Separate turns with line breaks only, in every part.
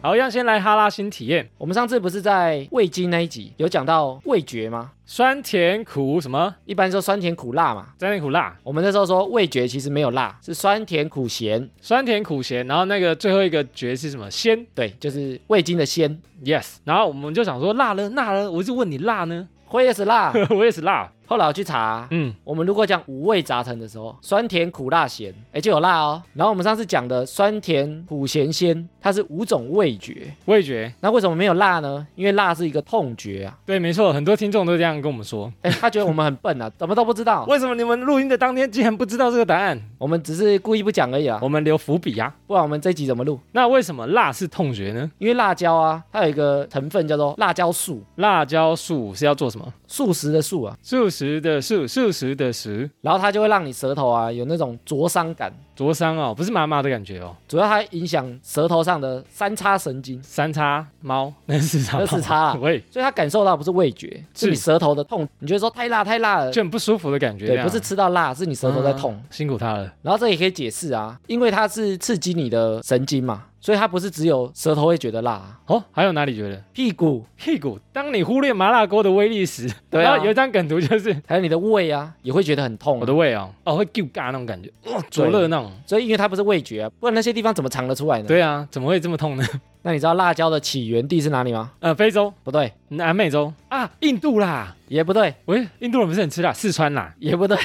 好，一样先来哈拉新体验，
我们上次不是在味精那一集有讲到味觉吗？
酸甜苦什么？
一般说酸甜苦辣嘛。
酸甜苦辣，
我们那时候说味觉其实没有辣，是酸甜苦咸。
酸甜苦咸，然后那个最后一个觉是什么？鲜
对，就是味精的鲜，
，yes。然后我们就想说辣呢，辣呢，我一直问你辣呢，
会也是辣。
我也是辣，
后来我去查，
嗯，
我们如果讲五味杂陈的时候，酸甜苦辣咸，哎就有辣哦。然后我们上次讲的酸甜苦咸鲜，它是五种味觉。
味觉，
那为什么没有辣呢？因为辣是一个痛觉啊。
对，没错，很多听众都这样跟我们说，
哎，他觉得我们很笨啊，怎么都不知道，
为什么你们录音的当天竟然不知道这个答案？
我们只是故意不讲而已啊，
我们留伏笔呀、
不然我们这一集怎么录？
那为什么辣是痛觉呢？
因为辣椒啊，它有一个成分叫做辣椒素，
辣椒素是要做什么？
素食的素啊，
素食的素，素食的食，
然后它就会让你舌头啊有那种灼伤感，
灼伤哦，不是麻麻的感觉哦。
主要它影响舌头上的三叉神经，
三叉猫，那是四叉猫，
那是叉啊
喂，
所以它感受到不是味觉，是你
是
舌头的痛，你觉得说太辣太辣了。
就很不舒服的感觉这
对，
样。
不是吃到辣，是你舌头在痛。
嗯辛苦他了。
然后这也可以解释啊，因为它是刺激你的神经嘛，所以它不是只有舌头会觉得辣啊、
哦，还有哪里觉得？
屁股
屁股，当你忽略麻辣锅的威力时，
对啊
然后有一张梗图就是
还有你的胃啊也会觉得很痛、
我
啊
的。胃哦，哦会揪嘎那种感觉，哦灼热那种。
所以因为它不是味觉啊，不然那些地方怎么尝得出来呢？
对啊，怎么会这么痛呢？
那你知道辣椒的起源地是哪里吗？
呃，非洲、
不对，
南美洲啊，印度啦。
也不对，
喂，印度人不是很吃辣？四川啦，
也不对，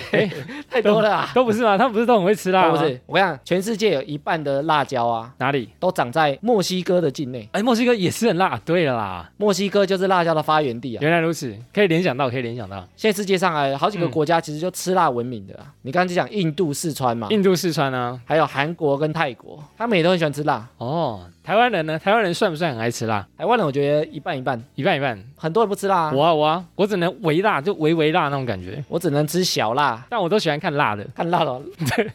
太多了啊！
都不是吗？他们不是都很会吃辣
都
吗？
不是，我跟你讲，全世界有一半的辣椒啊，
哪里？
都长在墨西哥的境内。
哎，墨西哥也是很辣。对了啦，
墨西哥就是辣椒的发源地啊。
原来如此，可以联想到，可以联想到
现在世界上啊，有好几个
嗯
国家其实就吃辣闻名的啊。你刚才就讲印度、四川嘛，
印度、四川啊。
还有韩国跟泰国，他们也都很喜欢吃辣。
哦，台湾人呢？台湾人算不算很爱吃辣？
台湾人我觉得一半一半，
一半一半。
很多人不吃辣、啊，
我啊我啊，我只能微辣，就微微辣那种感觉。
我只能吃小辣，
但我都喜欢看辣的，
看辣 了。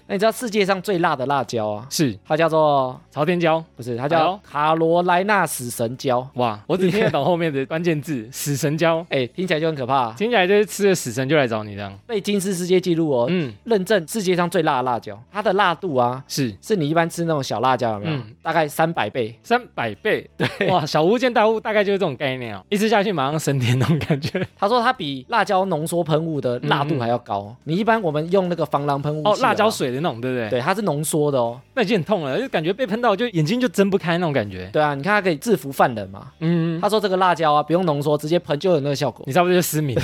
那你知道世界上最辣的辣椒啊？
是
它叫做
朝天椒。
不是，它
哎
叫
呦
卡罗莱纳死神椒。
哇，我只听得懂后面的关键字“死神椒
哎、听起来就很可怕、”，
听起来就是吃了死神就来找你这样。
被金氏世界纪录哦，
嗯，
认证世界上最辣的辣椒，它的辣度啊，
是
是你一般吃那种小辣椒有没有？
嗯
大概三百倍。
三百倍。对，哇，小巫见大巫，大概就是这种概念哦。一吃下去马上升天那种感 觉。
他说它比辣椒浓缩喷雾的辣度还要高。你一般我们用那个防狼喷雾
嗯哦，
器
辣椒
有没有，
水的那种，对不对？
对，它是浓缩的哦。
那已经很痛了，就感觉被喷到就眼睛就睁不开那种感觉。
对啊，你看它可以制服犯人嘛。
嗯，
他说这个辣椒啊，不用浓缩，直接喷就有那个效果，
你差不多就失明，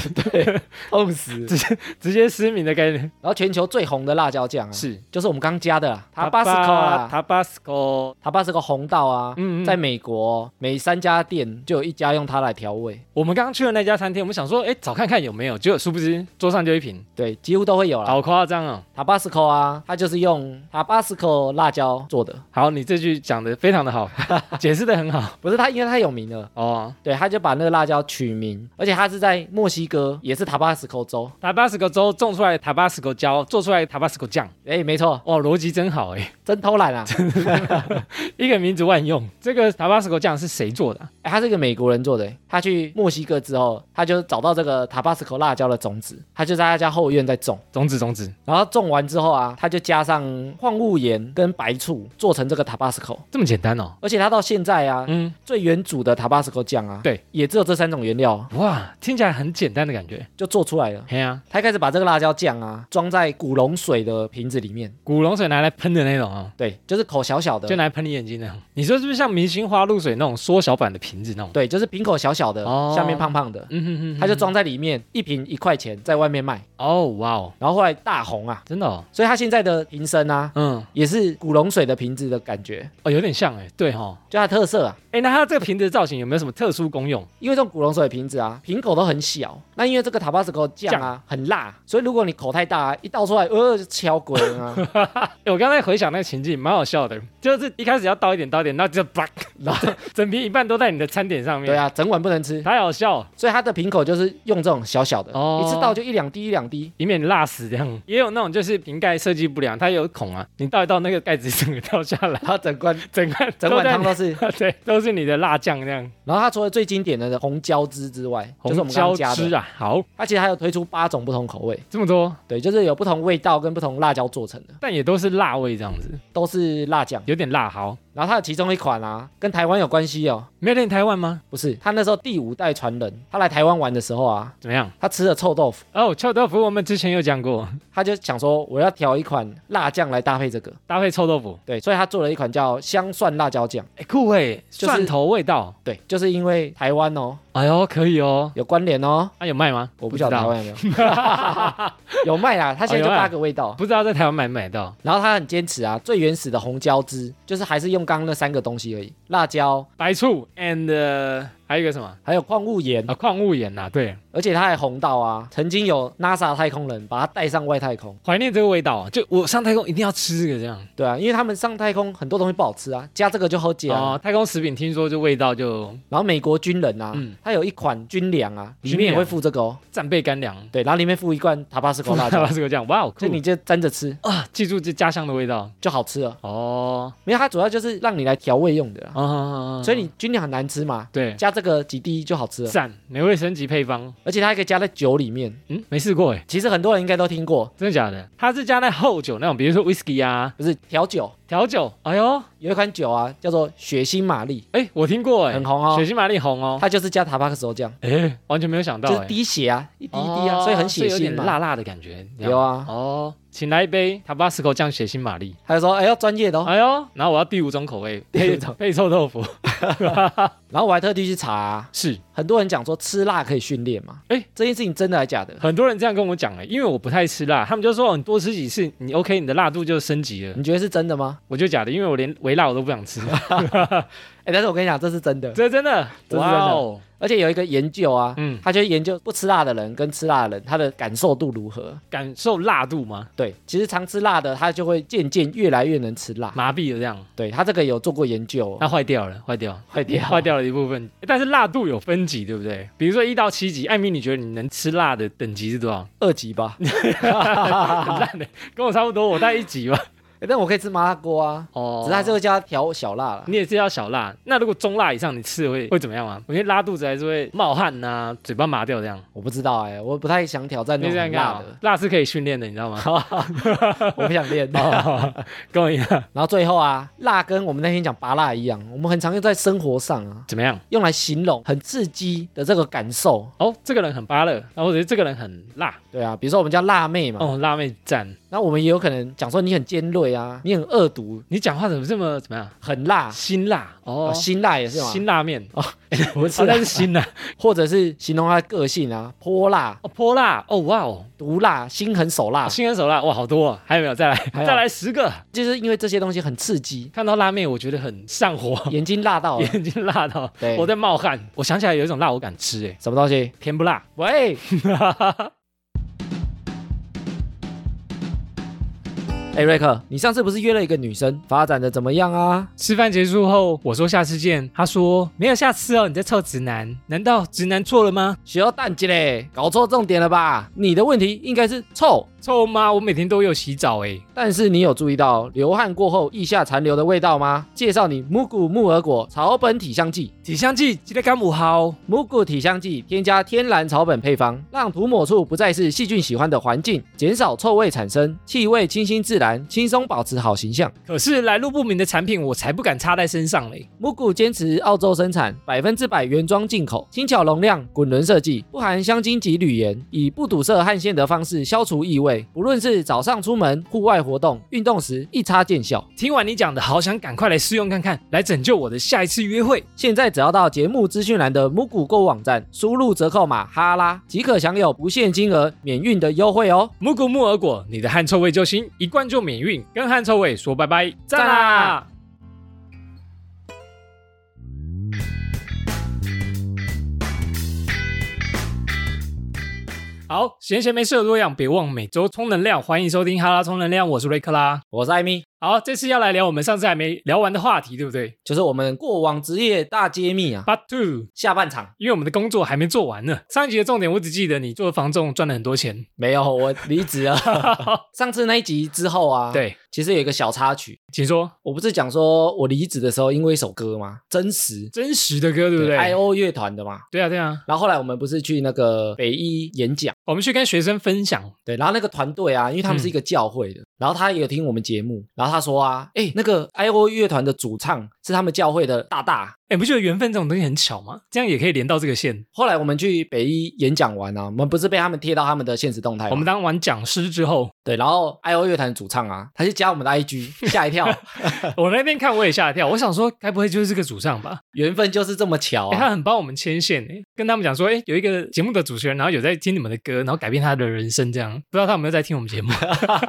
痛死。
直接失明的概念。
然后全球最红的辣椒酱啊，
是
就是我们刚加的啦，塔巴斯科啊，
Tabasco。
塔巴斯科红道啊，
嗯嗯
在美国每三家店就有一家用它来调味，
我们刚刚去的那家餐厅，我们想说，哎，找看看有没有，结果殊不知桌上就一瓶，
对，几乎都会有啦。
好夸张哦。
塔巴斯科啊，它就是用塔巴斯科辣椒做的，
好，你这句讲的非常的好， 解释的很好
不是它，因为它有名了，
哦。
对，他就把那个辣椒取名，而且它是在墨西哥，也是塔巴斯科州，
塔巴斯科州种出来塔巴斯科椒，做出来塔巴斯科酱，
哎，没错，
哇，逻辑真好哎，
真偷懒啊，
一个名字万用。这个塔巴斯科酱是谁做的啊、
哎，他是一个美国人做的，他去墨西哥之后，他就找到这个塔巴斯科辣椒的种子，他就在他家后院在种。
种子，种子，
然后种完之后啊，他就加上矿物盐跟白醋，做成这个塔巴斯科。
这么简单哦。
而且他到现在啊，
嗯，
最原祖的塔巴斯科酱啊，
对，
也只有这三种原料啊
哇，听起来很简单的感觉。
就做出来了。
嘿啊，
他一开始把这个辣椒酱啊装在古龙水的瓶子里面，
古龙水拿来喷的那种哦，
对，就是口小小的
就，拿来喷你眼睛那种。你说是不是像明星花露水那种缩小版的瓶子那种？
对，就是瓶口小小的，
哦
下面胖胖的，
嗯哼哼哼
他就装在里面，一瓶一块钱，在外面卖。
哦，哇哦，
然后后来大红啊，
真的哦，
所以他现在的瓶身啊，
嗯，
也是古龙水的瓶子的感觉，
哦，有点像哎，对哈、哦。
就它的特色啊。
哎，那它这个瓶子的造型有没有什么特殊功用？
因为这种古龙水的瓶子啊，瓶口都很小。那因为这个塔巴斯科酱啊很辣，所以如果你口太大、啊，一倒出来，呃，就敲鬼啊，
欸我刚才回想那个情境，蛮好笑的，就是一开始要倒一点，倒一点，那就 b l a c 然后整瓶一半都在你的餐点上面，
对，啊，整碗不能吃。
太好笑，
所以它的瓶口就是用这种小小的，
哦
一次倒就一两滴一两滴。
以免你辣死这样。也有那种就是瓶盖设计不良，它有孔啊，你倒一倒，那个盖子 整个掉下来，
然后整罐
整个
整碗汤
都
都是，
在你对，都是你的 辣酱这样。
然后它除了最经典的红椒汁之外，就是我
红
们刚
椒
刚加
汁
的，
啊，好，
它其实还有推出八种不同口味，
这么多，
对，就是有不同味道跟不同辣椒做成的，
但也都是辣味这样子，
都是辣酱。
有点辣，好，
然后它的其中一款啊，跟台湾有关系哦，
没有点台湾吗？
不是，他那时候第五代传人，他来台湾玩的时候啊，
怎么样？
他吃了臭豆腐，
哦，臭豆腐我们之前有讲过，
他就想说我要调一款辣酱来搭配这个，
搭配臭豆腐，
对，所以他做了一款叫香蒜辣椒酱，
哎，酷哎，
欸就是
蒜头味道。
对，就是因为台湾哦
哎呦，可以哦。
有关联哦，
啊，有卖吗？
我不
知
晓得台
道，哦
湾有没有，有 卖啦，他现在就八个味道。
不知道在台湾买不买到。
然后他很坚持啊，最原始的红椒汁就是还是用刚刚那三个东西而已，辣椒
白醋 and 呃还有一个什么
还有矿物盐，
啊？矿物盐呐、对，
而且他还红到啊，曾经有 NASA 太空人把它带上外太空，
怀念这个味道。啊就我上太空一定要吃这个这样。
对啊，因为他们上太空很多东西不好吃啊，加这个就好解啊。
哦，太空食品听说就味道就
然后美国军人啊，
嗯
他有一款军粮啊，里
军
面
粮
也会附这个哦，
战备干粮，
对，然后里面附一罐塔巴斯科辣
它
椒，
是个这样，哇， 酷
就你就沾着吃
啊，记住这家乡的味道
就好吃了，
哦。
因为它主要就是让你来调味用的啊，
啊，
所以你军粮很难吃嘛，
对
加这个几滴就好吃了，
赞美味升级配方，
而且它还可以加在酒里面，
嗯，没试过哎，
其实很多人应该都听过，
真的假的？它是加在后酒那种，比如说 whisky 啊，
就是调酒。
调酒。哎呦，
有一款酒啊，叫做血腥玛丽，
哎，我听过哎
很，红哦
血，腥玛丽红哦，
它就是加塔巴克手酱，
哎，完全没有想到
就
哎，
是滴血啊，一滴一滴啊，所以很血
哦有点
腥嘛。
辣辣的感觉。
有啊，
哦，请来一杯 Tabasco 酱血腥玛丽。
他就说，哎，要专业的哦。
哎呦，然后我要第五种口味，
第
配
五种
配臭豆 腐。
然后我还特地去查啊、
是，
很多人讲说吃辣可以训练嘛，
哎
哎，这件事情真的还假的？
很多人这样跟我讲了，欸因为我不太吃辣，他们就说哦你多吃几次，你 OK，你的辣度就升级了。
你觉得是真的吗？
我就假的，因为我连微辣我都不想 吃。
哎，但是我跟你讲，这是真的，
这真的，
这是真的
哦，
而且有一个研究啊，
嗯
他就研究不吃辣的人跟吃辣的人他的感受度如何。
感受辣度吗？
对，其实常吃辣的他就会渐渐越来越能吃辣。
麻痹了这样，
对他这个有做过研究、哦，
那坏掉了，坏掉了。
坏掉，
坏掉了一部分，欸但是辣度有分级，对不对？比如说一到七级，艾米，你觉得你能吃辣的等级是多少？
二级 吧。啊
很烂的，跟我差不多，我带一级吧。
哎但我可以吃麻辣锅啊，
哦
只是他这个加调小辣了。
你也是要小辣，那如果中辣以上，你吃了会会怎么样啊？我觉得拉肚子还是会冒汗呐、嘴巴麻掉这样。
我不知道哎、我不太想挑战
你
那
这样
种很
干
辣
嘛
的，？
辣是可以训练的，你知道吗？
我不想练。
哦跟我一样，
然后最后啊，辣跟我们那天讲拔辣一样，我们很常用在生活上啊，
怎么样？
用来形容很刺激的这个感受。
哦，这个人很巴乐，然后或者是这个人很辣，
对啊，比如说我们叫辣妹嘛，
哦，辣妹赞。
那、我们也有可能讲说你很尖锐啊，你很恶毒，
你讲话怎么这么怎么样？
很辣，
辛辣
哦、
哦，
辛辣也是啊嘛，
辛辣面，
不
哦，那是辛辣，
或者是形容他的个性啊，泼辣、
哦，泼辣，哦，哇哦，
毒辣、心狠手辣，
心狠手辣，哇，好多、哦，还有没有？再来，
啊还有
再来十个。
就是因为这些东西很刺激，
看到辣妹，我觉得很上火，
眼睛辣到了，
眼睛辣到
对
哦我在冒汗。我想起来有一种辣我敢吃，哎，
什么东西？
甜不辣。
喂， 哎，瑞克，你上次不是约了一个女生，发展的怎么样啊？
吃饭结束后，我说下次见，他说没有下次哦，你在臭直男，难道直男错了吗？
小蛋姐嘞，搞错重点了吧？你的问题应该是臭，
臭吗？我每天都有洗澡哎，
但是你有注意到流汗过后腋下残留的味道吗？介绍你木骨木耳果草本体香剂。
体香剂记得干五号。
木骨体香剂添加天然草本配方，让涂抹处不再是细菌喜欢的环境，减少臭味产生，气味清新自然，轻松保持好形象。
可是来路不明的产品，我才不敢插在身上嘞。
木谷坚持澳洲生产，百分之百原装进口，轻巧容量，滚轮设计，不含香精及铝盐，以不堵塞汗腺的方式消除异味。不论是早上出门、户外活动、运动时，一擦见效。
听完你讲的，好想赶快来试用看看，来拯救我的下一次约会。
现在只要到节目资讯栏的木谷购物网站，输入折扣码哈拉，即可享有不限金额免运的优惠哦。
木谷木耳果，你的汗臭味救星，一罐就免运，跟汗臭味说拜拜，赞啦！好，闲闲没事的多样，别忘每周充能量。欢迎收听《哈拉充能量》，我是瑞克啦。
我是艾米，
好，这次要来聊我们上次还没聊完的话题，对不对
就是我们过往职业大揭秘啊，
？Part Two，
下半场
因为我们的工作还没做完呢。上一集的重点，我只记得你做房仲赚了很多钱。
没有我离职 了。上次那一集之后啊，，
对，
其实有一个小插曲。
请说
我不是讲说我离职的时候，因为一首歌吗？真实，
真实的歌，对不对哎
i O 乐团的嘛。
对啊，对啊，
然后后来我们不是去那个北一演讲，
我们去跟学生分享嗯
对，然后那个团队啊，因为他们是一个教会的，然后他也有听我们节目，然后他说啊，哎，那个 I O 乐团的主唱是他们教会的大大。
哎，不觉得缘分这种东西很巧吗？这样也可以连到这个线。
后来我们去北一演讲完啊，我们不是被他们贴到他们的现实动态吗，
我们当完讲师之 后，
对，然后 I O 乐团主唱啊，他去加我们的 I G，吓一跳，
我那边看我也吓一跳，我想说该不会就是这个主唱吧？
缘分就是这么巧
哎，他
啊。
很帮我们牵线哎，跟他们讲说，哎，有一个节目的主持人，然后有在听你们的歌，然后改变他的人生，这样不知道他有没有在听我们 节目，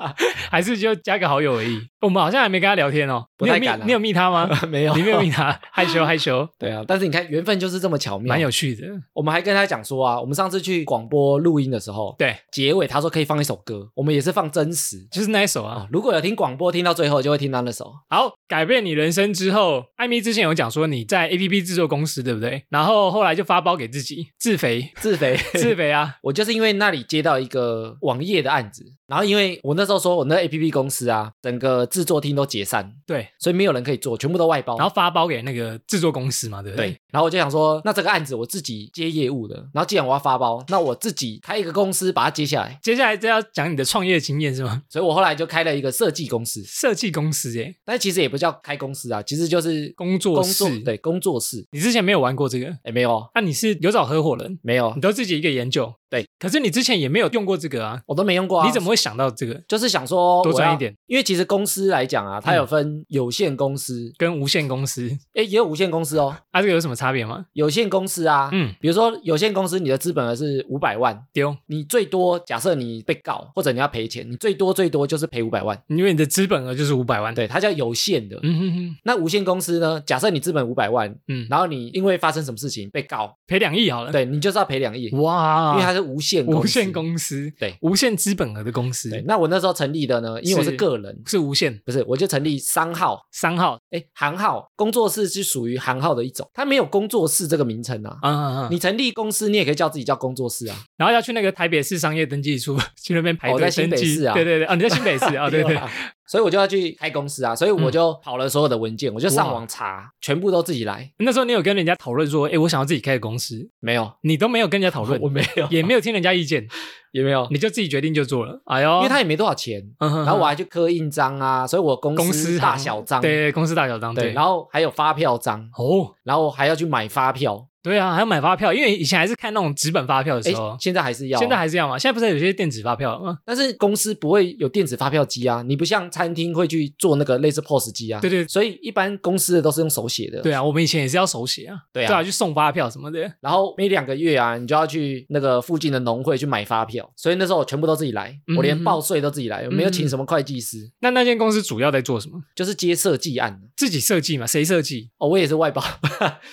还是就加个好友而已。我们好像还没跟他聊天哦，
不
你有
太
密
敢啊
你有密他吗？
没有，
哎你没有密他，害羞害羞，
对啊，但是你看，缘分就是这么巧妙。
蛮有，趣的。
我们还跟他讲说啊，我们上次去广播录音的时候，
对，
结尾他说可以放一首歌，我们也是放真实
就是那一首啊
啊。。如果有听广播听到最后，就会听到那首。
好，改变你人生之后，艾米之前有讲说你在 A P P 制作公司对不对？然后后来就发包给自己自 肥，
自 肥，
自肥啊，
我就是因为那里接到一个网页的案子，然后因为我那时候说我那 A P P 公司啊，整个制作厅都解散，
对，
所以没有人可以做，全部都外包。
然后发包给那个制作公司嘛，对不对？
哦对，然后我就想说，那这个案子我自己接业务的，然后既然我要发包，那我自己开一个公司把它接下来，
接下来就要讲你的创业经验是吗？
所以我后来就开了一个设计公司，
设计公司耶，
但其实也不叫开公司啊，其实就是
工作
工
室。
作对工作室，
你之前没有玩过这个？
哎没有
那、你是有找合伙人，
没有
你，都自己一个研究？
对。
可是你之前也没有用过这个啊，
我都没用过啊，
你怎么？会想到这个？
就是想说
多
我
赚一
要
点，嗯
因为其实公司来讲啊，它有分有限公司，
跟无限公司，
哎、也有无限公司哦。
啊，这个有什么差别吗？
有限公司啊，
嗯，
比如说有限公司，你的资本额是五百万，
丢，
你最多假设你被告或者你要赔钱，你最多最多就是赔五百万，
因为你的资本额就是五百万。，
对，它叫有限的。
嗯哼哼，
那无限公司呢？假设你资本五百万，
嗯，
然后你因为发生什么事情被告，
赔两亿好了。，
对你就是要赔两亿，因
哇，
为它是无限公司
无限公司，
对
无限资本额的公
对，
司
那我那时候成立的呢，因为我是个人，
是无限
不是，我就成立商号。
三号
哎，行号工作室是属于行号的一种，它没有工作室这个名称啊。
啊啊啊！
你成立公司，你也可以叫自己叫工作室啊。
然后要去那个台北市商业登记处去那边排
哦在
队
新
登
北市
记。
啊
对对对，哦，你在新 北市啊？对对嗯
啊，所以我就要去开公司啊，所以我就跑了所有的文件，我就上网查，全部都自己来，
那时候你有跟人家讨论说，哎，我想要自己开个公司，
没有，
你都没有跟人家讨论，
我没有，
也没有听人家意见，
也没有，
你就自己决定就做了。哎呦，
因为他也没多少钱，
嗯，然
然后我还去刻印章啊，所以我公
公
司
司
大
行
小章，
对公司大小章
对，
对，
然后还有发票章，
哦，
然后还要去买发票，
对啊，还要买发票，因为以前还是看那种纸本发票的
哎
时候，。
现在还是要，
现在。还是这样嘛？现在不是有些电子发票吗？
但是公司不会有电子发票机啊，你不像餐厅会去做那个类似 POS 机啊。
对对
所以一般公司的都是用手写的。
对啊，我们以前也是要手写啊，
对啊
对啊，去送发票什么的。
然后每两个月啊，你就要去那个附近的农会去买发票，所以那时候我全部都自己来，
嗯
我连报税都自己来，我没有请
嗯
什么会计师，
那那间公司主要在做什么？
就是接设计案。
自己设计嘛？谁设计？
哦，我也是外包，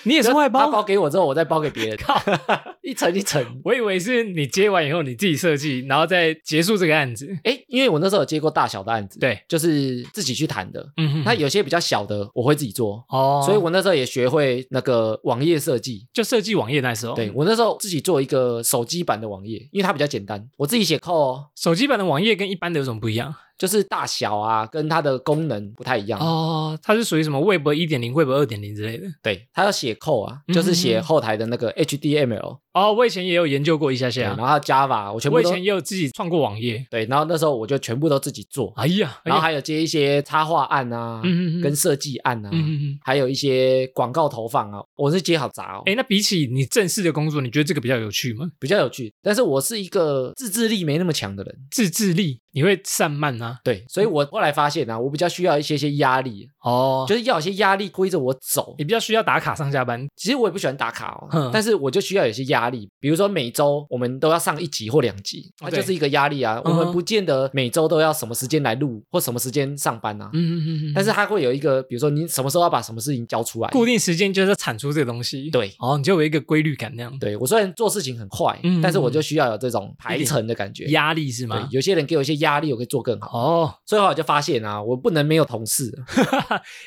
你 也是外
他包
包？
给我之后，我再包给别人，
靠！
一层一层。
我以为是你接完以后你自己设计，然后再结束这个案子。
哎，因为我那时候有接过大小的案子，，
对，
就是自己去谈的。
嗯哼，
那有些比较小的，我会自己做，
哦，
所以我那时候也学会那个网页设计。
就设计网页那时候，
对，我那时候自己做一个手机版的网页，因为它比较简单，我自己写 code，哦
手机版的网页跟一般的有什么不一样？
就是大小啊跟它的功能不太一样。
哦，它是属于什么 Web 一点零、Web 二点零之类的。
对，他要写 code 啊，就是写
嗯
后台的那个 HTML，、
哦，我以前也有研究过一下
对，
下
然，后它 Java，我全啊
啊
部
我以
都
前也有自己创过网页。
对，然后那时候我就全部都自己做，
哎呀，
然后还有接一些插画案啊，
嗯嗯嗯
跟设计案啊，
嗯嗯嗯。
还有一些广告投放啊，我是接好杂哦，
哎，那比起你正式的工作，你觉得这个比较有趣吗？
比较有趣。但是我是一个自制力没那么强的人，
自制力，你会散漫啊？
对，所以我后来发现啊，我比较需要一些些压力，
哦，
就是要有些压力推着我走
你。比较需要打卡上下班。
其实我也不喜欢打卡哦
哼，
但是我就需要有些压力，比如说每周我们都要上一集或两集，
哦
那
对
就是一个压力啊。我
嗯哼
们不见得每周都要什么时间来录或什么时间上班啊，
嗯嗯嗯嗯
但是它会有一个，比如说你什么时候要把什么事情交出来。
固定时间就是要产出这个东西。
对
哦，你就有一个规律感那样。
对我虽然做事情很快，
嗯
但是我就需要有这种排程的感觉。
压力是
对
吗，？
有些人给我一些压力，我可以做更好。
哦，
所以后来我就发现啊，我不能没有同事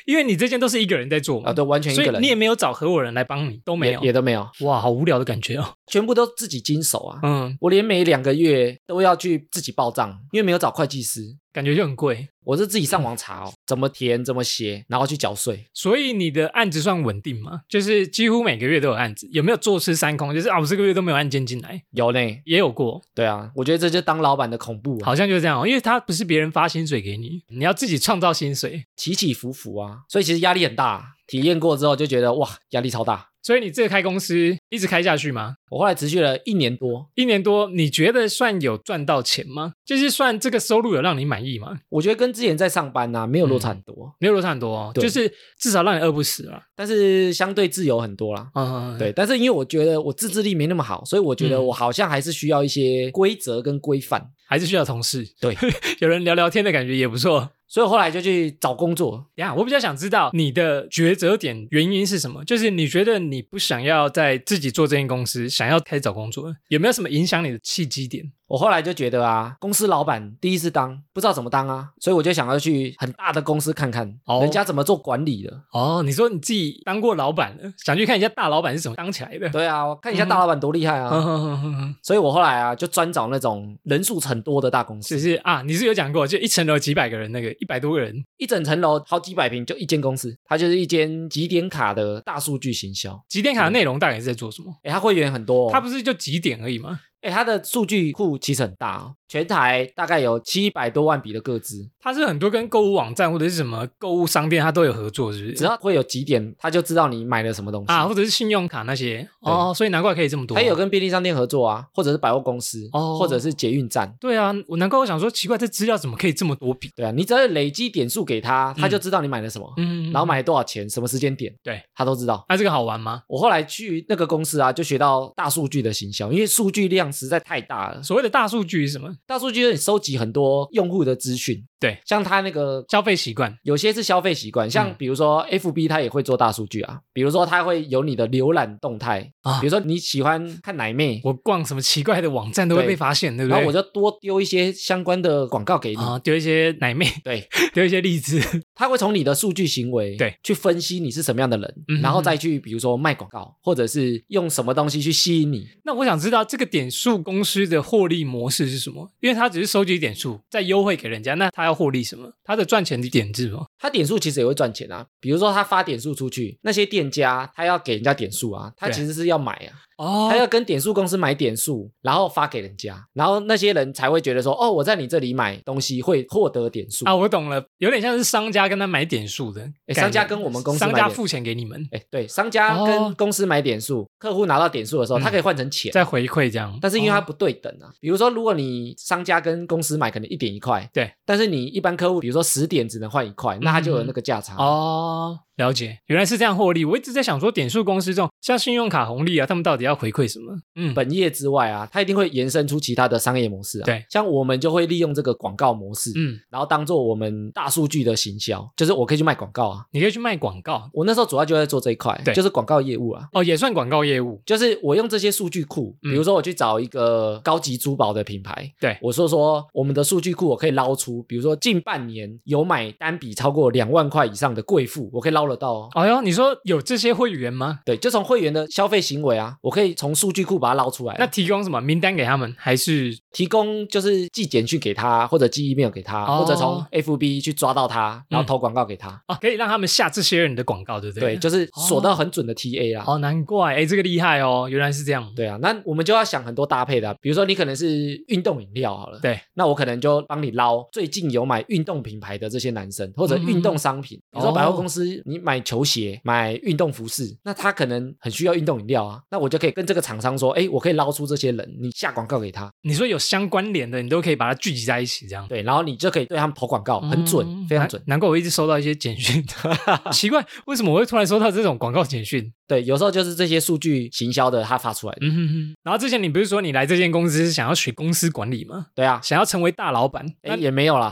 因为你这件都是一个人在做嘛，
啊，对，完全一
嗯所以
个人，
你也没有找合伙人来帮你，都没
也
有。
也都没有，
哇，好无聊的感觉 哦。
全部都自己经手啊。
嗯，
我连每两个月都要去自己报账，因为没有找会计师，
感觉就很贵。
我是自己上网查
嗯
哦，怎么填怎么写，然后去缴税。
所以你的案子算稳定吗？就是几乎每个月都有案子，有没有坐吃山空？就是啊，我这个月都没有案件进来，
有呢，
也有过，
对啊，我觉得这就是当老板的恐怖、啊，
好像就是这样哦。因为他不是别人发薪水给你，你要自己创造薪水，
起起伏伏啊，所以其实压力很大、啊体验过之后就觉得哇，压力超大。
所以你这个开公司一直开下去吗？
我后来持续了一年多，
一年多，你觉得算有赚到钱吗？就是算这个收入有让你满意吗？
我觉得跟之前在上班呐、啊没有落差很多，
没有落差很多哦，
对
就是至少让你饿不死了。
但是相对自由很多啦。
嗯，
对，但是因为我觉得我自制力没那么好，所以我觉得
嗯
我好像还是需要一些规则跟规范，
还是需要同事，
对，
有人聊聊天的感觉也不错。
所以我后来就去找工作。
呀，我比较想知道你的抉择点原因是什么？就是你觉得你不想要在自己做这间公司，想要开始找工作，有没有什么影响你的契机点？
我后来就觉得啊，公司老板第一次当不知道怎么当啊，所以我就想要去很大的公司看看
哦
人家怎么做管理的。
哦，你说你自己当过老板了，想去看一下大老板是怎么当起来的。
对啊，我看一下大老板多厉害啊！
嗯，
所以我后来啊，就专找那种人数很多的大公 司
只，是啊，你是有讲过，就一层楼几百个人，那个一百多个人，
一整层楼好几百平就一间公司，它就是一间几点卡的大数据行销。
几点卡的内容大概是在做什么？
诶，它会员很嗯多、哦，
它不是就几点而已吗？
诶，它的数据库其实很大哦，全台大概有七百多万笔的个资，
它是很多跟购物网站或者是什么购物商店，它都有合作，是不
只
是？
要会有几点，它就知道你买了什么东西
啊，。或者是信用卡那些哦，所以难怪可以这么多。
它也有跟便利商店合作啊，或者是百货公司，
哦
或者是捷运站。
对啊，我难怪我想说，奇怪，这资料怎么可以这么多笔？
对啊，你只要累积点数给他，他
嗯
就知道你买了什么，
嗯
然后，买多少钱，什么时间点，
对，
他都知道。
那、这个好玩吗？
我后来去那个公司啊，就学到大数据的行销，因为数据量实在太大了。
所谓的大数据是什么？
大数据就是你收集很多用户的资讯，
对，
像他那个
消费习惯。
有些是消费习惯，像
嗯
比如说 FB 它也会做大数据啊，比如说它会有你的浏览动态，
啊
比如说你喜欢看奶妹，
我逛什么奇怪的网站都会
对
被发现，对不
然后
对
我？就多丢一些相关的广告给你，
啊，丢一些奶妹，
对，
丢一些荔枝，
它会从你的数据行为
对
去分析你是什么样的人，
嗯哼
然后再去比如说卖广告，或者是用什么东西去吸引你。
那我想知道这个点数公司的获利模式是什么？因为他只是收集点数，再优惠给人家，那他要获利什么？他的赚钱的点是什么？
他点数其实也会赚钱啊，比如说他发点数出去，那些店家他要给人家点数啊，他
对
其实是要买啊，
哦
他要跟点数公司买点数，然后发给人家，然后那些人才会觉得说，哦，我在你这里买东西会获得点数
啊，。我懂了，有点像是商家跟他买点数的概
诶
念，
商家跟我们公司买
商家
点
付钱给你们，
哎，对，商家
哦
跟公司买点数，客户拿到点数的时候，
嗯
他可以换成钱，
再回馈这样。
但是因为它
哦
不对等啊，比如说，如果你商家跟公司买可能一点一块，
对，嗯
但是你一般客户比如说十点只能换一块，那它就有那个价差。
哦，了解，原来是这样获利。我一直在想说，点数公司这种像信用卡红利啊，他们到底要回馈什么？嗯，
本业之外啊，它一定会延伸出其他的商业模式啊。
对，
像我们就会利用这个广告模式，
嗯，
然后当做我们大数据的行销，就是我可以去卖广告啊。
你可以去卖广告
我那时候主要就在做这一块，
对
就是广告业务啊。
哦，也算广告业务。
就是我用这些数据库，比
嗯
如说我去找一个高级珠宝的品牌，
对
我说说我们的数据库，我可以捞出，比如说近半年有买单笔超过两万块以上的贵妇，我可以捞得到哦。
哎呦，你说有这些会员吗？
对，就从会员的消费行为啊，我可以从数据库把它捞出来。
那提供什么名单给他们，还是
提供就是寄简讯给他，或者寄 email 给他，
哦
或者从 FB 去抓到他，然
嗯
后投广告给他。
啊，可以让他们下这些人的广告，对不
哦对，
对，
就是锁到很准的 TA 啦。
哦，难怪，哎，这个厉害哦，原来是这样。
对啊，那我们就要想很多搭配的啊、比如说你可能是运动饮料好了，
对，
那我可能就帮你捞最近有买运动品牌的这些男生，或
嗯
者运动商品，比如说
哦
百货公司你买球鞋、买运动服饰，那他可能很需要运动饮料啊，那我就可以跟这个厂商说，哎，我可以捞出这些人，你下广告给他，
你说有相关联的，你都可以把它聚集在一起，这样。
对，然后你就可以对他们投广告，很准，
嗯
非常
难
准。
难怪我一直收到一些简讯， 奇怪，为什么我会突然收到这种广告简讯？
对，有时候就是这些数据行销的他发出来的，
嗯哼哼。然后之前你不是说你来这间公司是想要学公司管理吗？
对啊，
想要成为大老板，嗯
哎
那
也没 有啦，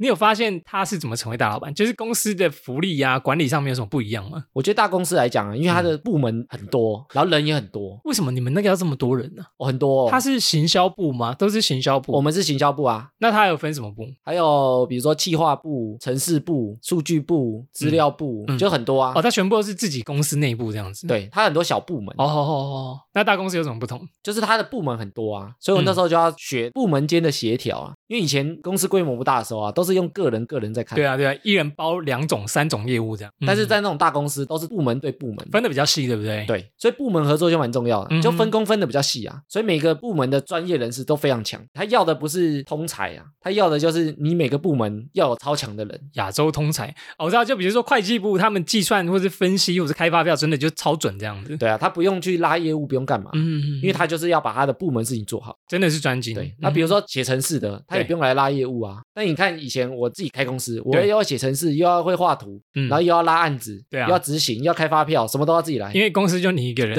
你有发现他是怎么成为大老板？就是公司的福利呀、管理上面有什么不一样吗？
我觉得大公司来讲啊，因为它
嗯
的部门很多，然后人也很多，
为什么你们那个要这么多人呢、
哦、很多、哦。
他是行销部吗？都是行销
我
部，
们是行销部啊，
那他有分什么部？
还有比如说企划部、城市部、数据部、资料部，
嗯嗯
就很多啊。
哦，他全部都是自己公司内部这样子。，
对，它很多小部门，
哦哦哦哦，那大公司有什么不同？嗯
就是它的部门很多啊，所以我那时候就要学部门间的协调啊。因为以前公司规模不大的时候啊，都是用个人个人在看。
对
啊。
啊，对啊，一人包两种、三种业务这样。
但是
嗯
在那种大公司，都是部门对部门。
分的比较细，对不对？
对，所以部门合作就蛮重要
嗯
的，就分工分的比较细啊。所以每个部门的专业人士都非常强，他要的不是通才啊，他要的就是你每个部门要有超强的人。
亚洲通才、哦，我知道，就比如说会计部，他们计算或是分析或是开发票，真的就超准这样子。
对啊，他不用去拉业务，不用干嘛。
嗯，嗯，
因为他就是要把他的部门事情做好，
真的是专精。
对
嗯。
那比如说写程式的，他也
对
不用来拉业务啊。那你看以前我自己开公司，我
对
又要写程式，又要会画图，
嗯
然后又要拉案子，
对啊
又要执行，又要开发票，什么都要自己来
因，为公司就你一个人，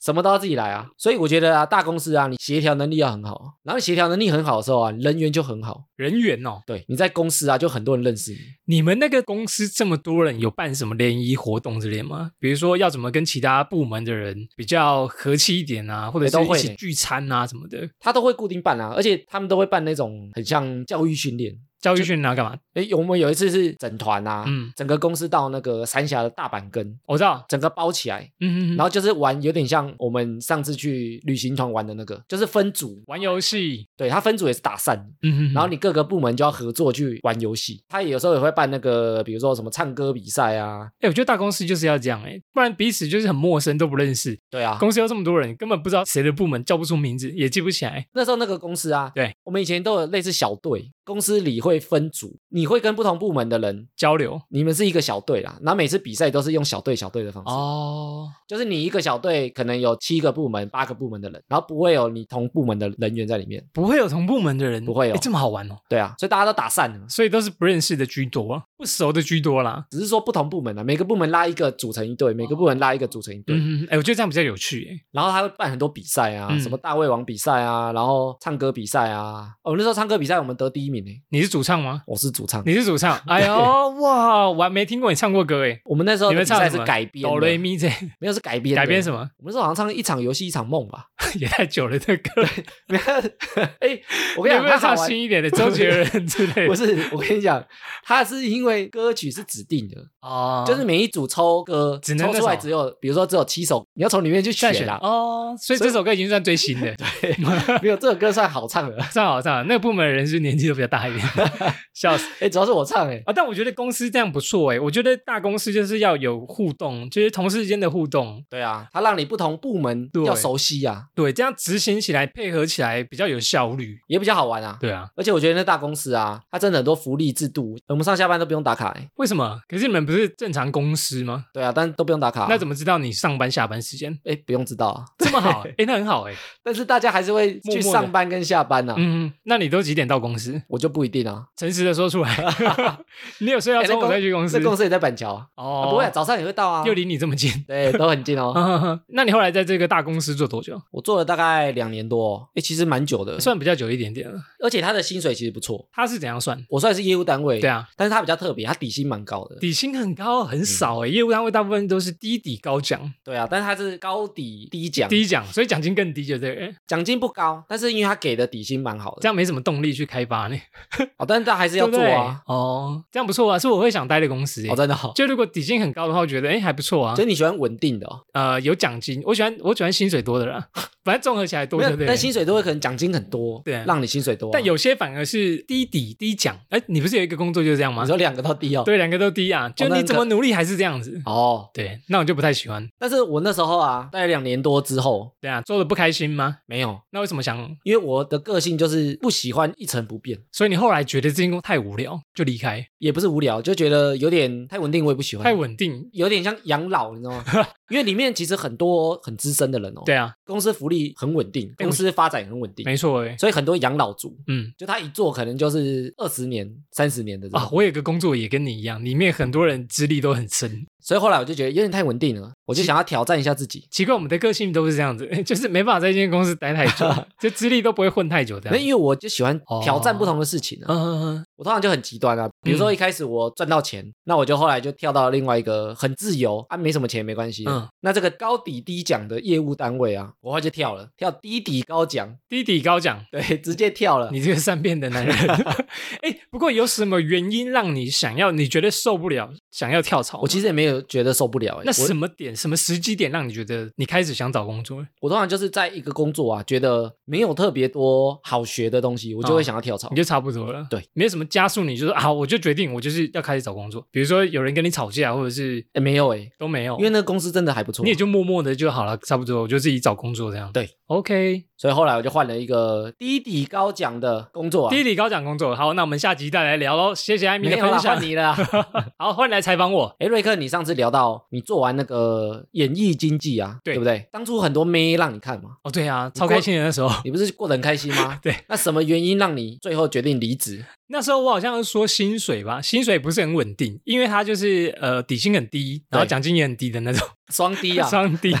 什么都要自己来啊。所以我觉得啊，大公司啊，你协调能力要很好，然后协调能力很好的时候啊，人缘就很好。
人员哦。
对，你在公司啊，就很多人认识你。
你们那个公司这么多人，有办什么联谊活动之类吗？比如说要怎么跟其他部门的人比较和气一点啊，或者
都
是一
会
起
呢
聚餐啊什么的，
他都会固定办啊，而且他们都会办那种很像教育训练。
教育训啊干嘛？
诶，我们有一次是整团啊，
嗯
整个公司到那个三峡的大阪根，
我知道，
整个包起来，
嗯，嗯嗯
然后就是玩，有点像我们上次去旅行团玩的那个，就是分组，
玩游戏，
对，它分组也是打散，
嗯，嗯嗯
然后你各个部门就要合作去玩游戏。它也有时候也会办那个，比如说什么唱歌比赛啊，
哎、我觉得大公司就是要这样哎、不然彼此就是很陌生，都不认识。
对啊。
公司有这么多人，根本不知道谁的部门，叫不出名字，也记不起来。
那时候那个公司啊，
对，
我们以前都有类似小队，公司里会分组，你会跟不同部门的人，
交流
你们是一个小队啦，然后每次比赛都是用小队小队的方式，
哦，
就是你一个小队可能有七个部门、八个部门的人，然后不会有你同部门的人员在里面，
不会有同部门的人，
不会有
诶这么好玩哦。
对啊，所以大家都打散了。
所以都是不认识的居多，不熟的居多啦。
只是说不同部门啊，每个部门拉一个组成一队，每个部门拉一个组成一队，
哦嗯，哎、我觉得这样比较有趣哎。
然后他会办很多比赛啊，
嗯
什么大胃王比赛啊，然后唱歌比赛啊。哦，那时候唱歌比赛我们得第一名呢，欸
你是主唱 吗？
我是主唱。
你是主唱？哎呦哇，我还没听过你唱过歌哎。
我们那时候
你
的
们
比
唱
赛
什
是
么？
改编
哆来
的，
咪这
没有是改编的
改编什？么？
我们那时候好像唱一场游戏一场梦吧。
也太久了，这歌。
没有，哎，
我
我跟你讲，
有没有
他好
唱
玩。
新一点的周杰伦之类
不
的？
是， 我跟你讲，他是因为歌曲是指定的，
哦
就是每一组抽歌，
只能
抽
那
出来
首
只有，比如说只有七首，你要从里面去
再
选啦。啊
哦，所以这首歌已经算最新 的。 对，
没有，这首歌算好唱的。
算好算好，那个部门的人是年纪都比较大 一点，,笑死
哎，主要是我唱哎，
啊！但我觉得公司这样不错哎，我觉得大公司就是要有互动，就是同事间的互动，
对啊，它让你不同部门
对
要熟悉啊，
对，这样执行起来配合起来比较有效率。
也比较好玩啊。
对啊，
而且我觉得那大公司啊，它真的很多福利制度，我们上下班都不用打卡、欸。
为什么？可是你们不是正常公司吗？
对啊，但都不用打卡、
那怎么
么？
知道你上班下班时 间
哎，不用知道啊。
这么好？哎，那很好哎。
但是大家还是会
默默地
去上班跟下班啊。
嗯，那你都几点到公司？
我就不一定啊。
诚实的说出来， 你有睡到
哎那
中午再去公司
这？公司也在板桥啊，啊
哦，嗯
不会、啊，早上也会到啊。
又离你这么近。
对，都很近哦。
那你后来在这个大公司做多久？
我做了大概两年多、哦，哎，其实蛮久的。
算比较久一点点了。
而且他的薪水其实不错，
他是怎样算？
我算是业务单位。
对。啊，
但是他比较特别，他底薪蛮高的。
底薪很高，很少
嗯
诶、业务单位大部分都是低底高奖，
对啊，但是他是高底低奖，
低奖，所以奖金更低，就对了。
奖金不高，但是因为他给的底薪蛮好
这
的。
样没什么动力去开发呢，
哦，但是他还 是要
对
做
不对
啊。
哦，这样不错啊，是我会想待的公司、欸。
哦，真的、哦。
就如果底薪很高的话，我觉得诶还不错啊
所。以你喜欢稳定的哦，
呃，有奖金，我喜欢我喜欢薪水多的啦， 反正综合起来多
没
就
有，
对了
但薪水都会可能奖金很多，
对啊
让你薪水多啊、
但有些反而是低底低奖。哎，你不是有一个工作就是这样吗
你？说两个都低哦，，
对，两个都低啊，就
那
你
很
怎
可
么努力还是这样子。
哦，
对，那我就不太喜欢。
但是我那时候啊，大概两年多之后
对啊，做的不开心吗？
没有，
那为什么想？
因为我的个性就是不喜欢一成不变，
所以你后来觉得这间工太无聊，就离开，
也不是无聊，就觉得有点太稳定，我也不喜欢，
太稳定。
有点像养老，你知 道吗？因为里面其实很多很资深的人哦，，
对啊，
公司福利很稳定，
哎
公司发展也很稳定，
没错哎。
所以很多养老族。
嗯
就他一做可能就是二十年、三十年的这种
啊，我有个工作也跟你一样，里面很多人资历都很深。
所以后来我就觉得有点太稳定了，我就想要挑战一下自己。
奇怪，我们的个性都是这样子， 就是没办法在一间公司待太 久，就资历都不会混太久的。
那因为我就喜欢
哦
挑战不同的事情啊，
嗯嗯嗯，
我通常就很极端啊。比如说一开始我赚到钱，那我就后来就跳到另外一个很自由啊，没什么钱也没关系。
嗯
嗯，那这个高底低奖的业务单位啊，我后来就跳了，跳低底高奖，
低底高奖，
对，直接跳了。
你这个善变的 男人。哎，不过有什么原因让你想要？你觉得受不了，想要跳槽吗？
我其实也没有就觉得受不了、欸。
那
我
什么点、什么时机点让你觉得你开始想找工作？
我通常就是在一个工作啊，觉得没有特别多好学的东西，我就会想要跳槽。
嗯你就差不多了。
对，
没有什么加速，你就说啊，我就决定我就是要开始找工作。比如说有人跟你吵架，或者是
哎、没有哎、
都没有，
因为那个公司真的还不
哦
错。啊
你也就默默的就好了，差不多，我就自己找工作这样。
对
，OK，
所以后来我就换了一个低底高奖的工作啊。
地理高讲工作，好，那我们下集再来聊喽。谢谢艾米
没
的
有啦，
分享
换。你了。
好，欢迎来采访我。
哎，瑞克，你上次聊到你做完那个演艺经济啊，
对
不对？当初很多妹让你看嘛，
哦，对啊，超开心的那时候。
你不是过得很开心吗？
对。
那什么原因让你最后决定离职？
那时候我好像说薪水吧，薪水不是很稳定，因为它就是呃底薪很低，然后
对
奖金也很低的那种，
双低 啊？
双 低。